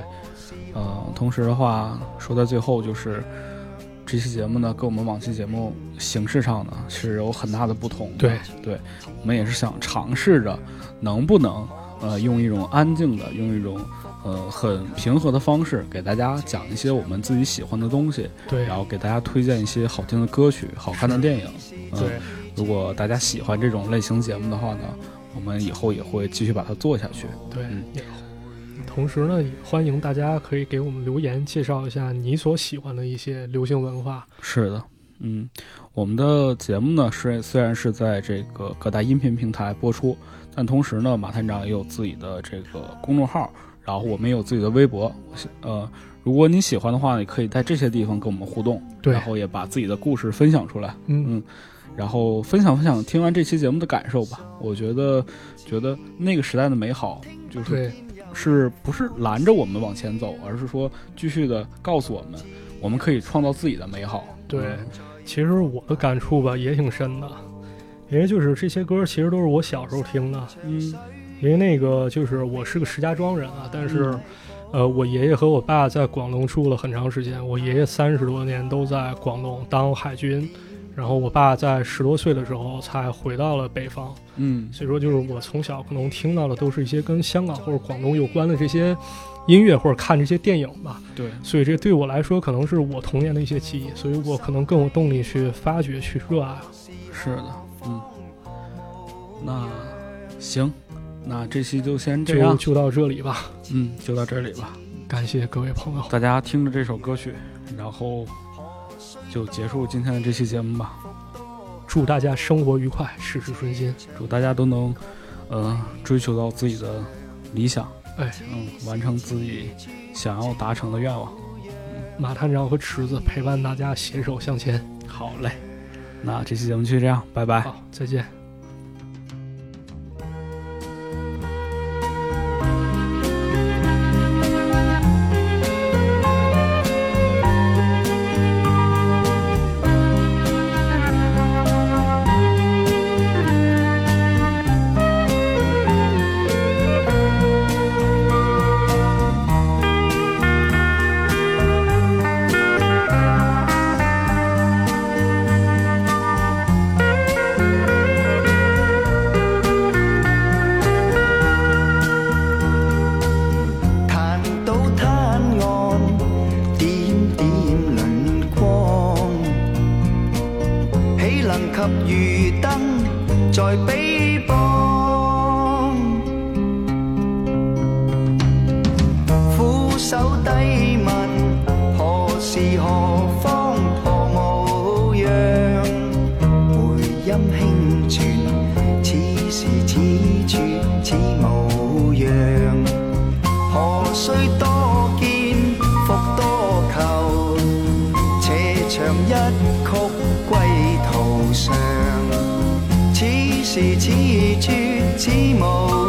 A: 呃，同时的话，说到最后就是。这期节目呢，跟我们往期节目形式上呢是有很大的不同的。
B: 对，
A: 对，我们也是想尝试着，能不能呃用一种安静的，用一种呃很平和的方式，给大家讲一些我们自己喜欢的东西，
B: 对
A: 然，后给大家推荐一些好听的歌曲、好看的电影。嗯、
B: 对，，
A: 如果大家喜欢这种类型节目的话呢，我们以后也会继续把它做下去。
B: 对
A: 嗯，
B: 也同时呢，也欢迎大家可以给我们留言，介绍一下你所喜欢的一些流行文化。
A: 是的，嗯，我们的节目呢是虽然是在这个各大音频平台播出，但同时呢，马探长也有自己的这个公众号，然后我们也有自己的微博。我想呃，如果你喜欢的话，也可以在这些地方跟我们互动，
B: 对
A: 然后也把自己的故事分享出来，
B: 嗯，
A: 然后分享分享听完这期节目的感受吧。我觉得，觉得那个时代的美好，就是
B: 对，
A: 是不是拦着我们往前走，而是说继续的告诉我们，我们可以创造自己的美好。
B: 对，其实我的感触吧也挺深的，因为就是这些歌其实都是我小时候听的，
A: 嗯，
B: 因为那个就是我是个石家庄人啊，但是、
A: 嗯
B: 呃，我爷爷和我爸在广东住了很长时间，我爷爷三十多年都在广东当海军，然后我爸在十多岁的时候才回到了北方，
A: 嗯
B: 所以说就是我从小可能听到的都是一些跟香港或者广东有关的这些音乐或者看这些电影吧。
A: 对，
B: 所以这对我来说可能是我童年的一些记忆，所以我可能更有动力去发掘、去热爱。
A: 是的，嗯，那行，那这期就先这
B: 就
A: 样，
B: 就到这里吧，
A: 嗯，就到这里吧。
B: 感谢各位朋友，
A: 大家听着这首歌曲，然后就结束今天的这期节目吧。
B: 祝大家生活愉快，事事顺心。
A: 祝大家都能，呃，追求到自己的理想，
B: 哎，
A: 嗯，完成自己想要达成的愿望。
B: 马探长和池子陪伴大家携手向前。
A: 好嘞，那这期节目就这样，拜拜。
B: 好，再见。
D: 彈到灘岸，點點輪光，豈能及漁燈在彼邦？俯首低問何時何方何模樣？回音輕傳，此時此處此模樣。何須多見復多求？且唱一曲歸途上，此時此處此無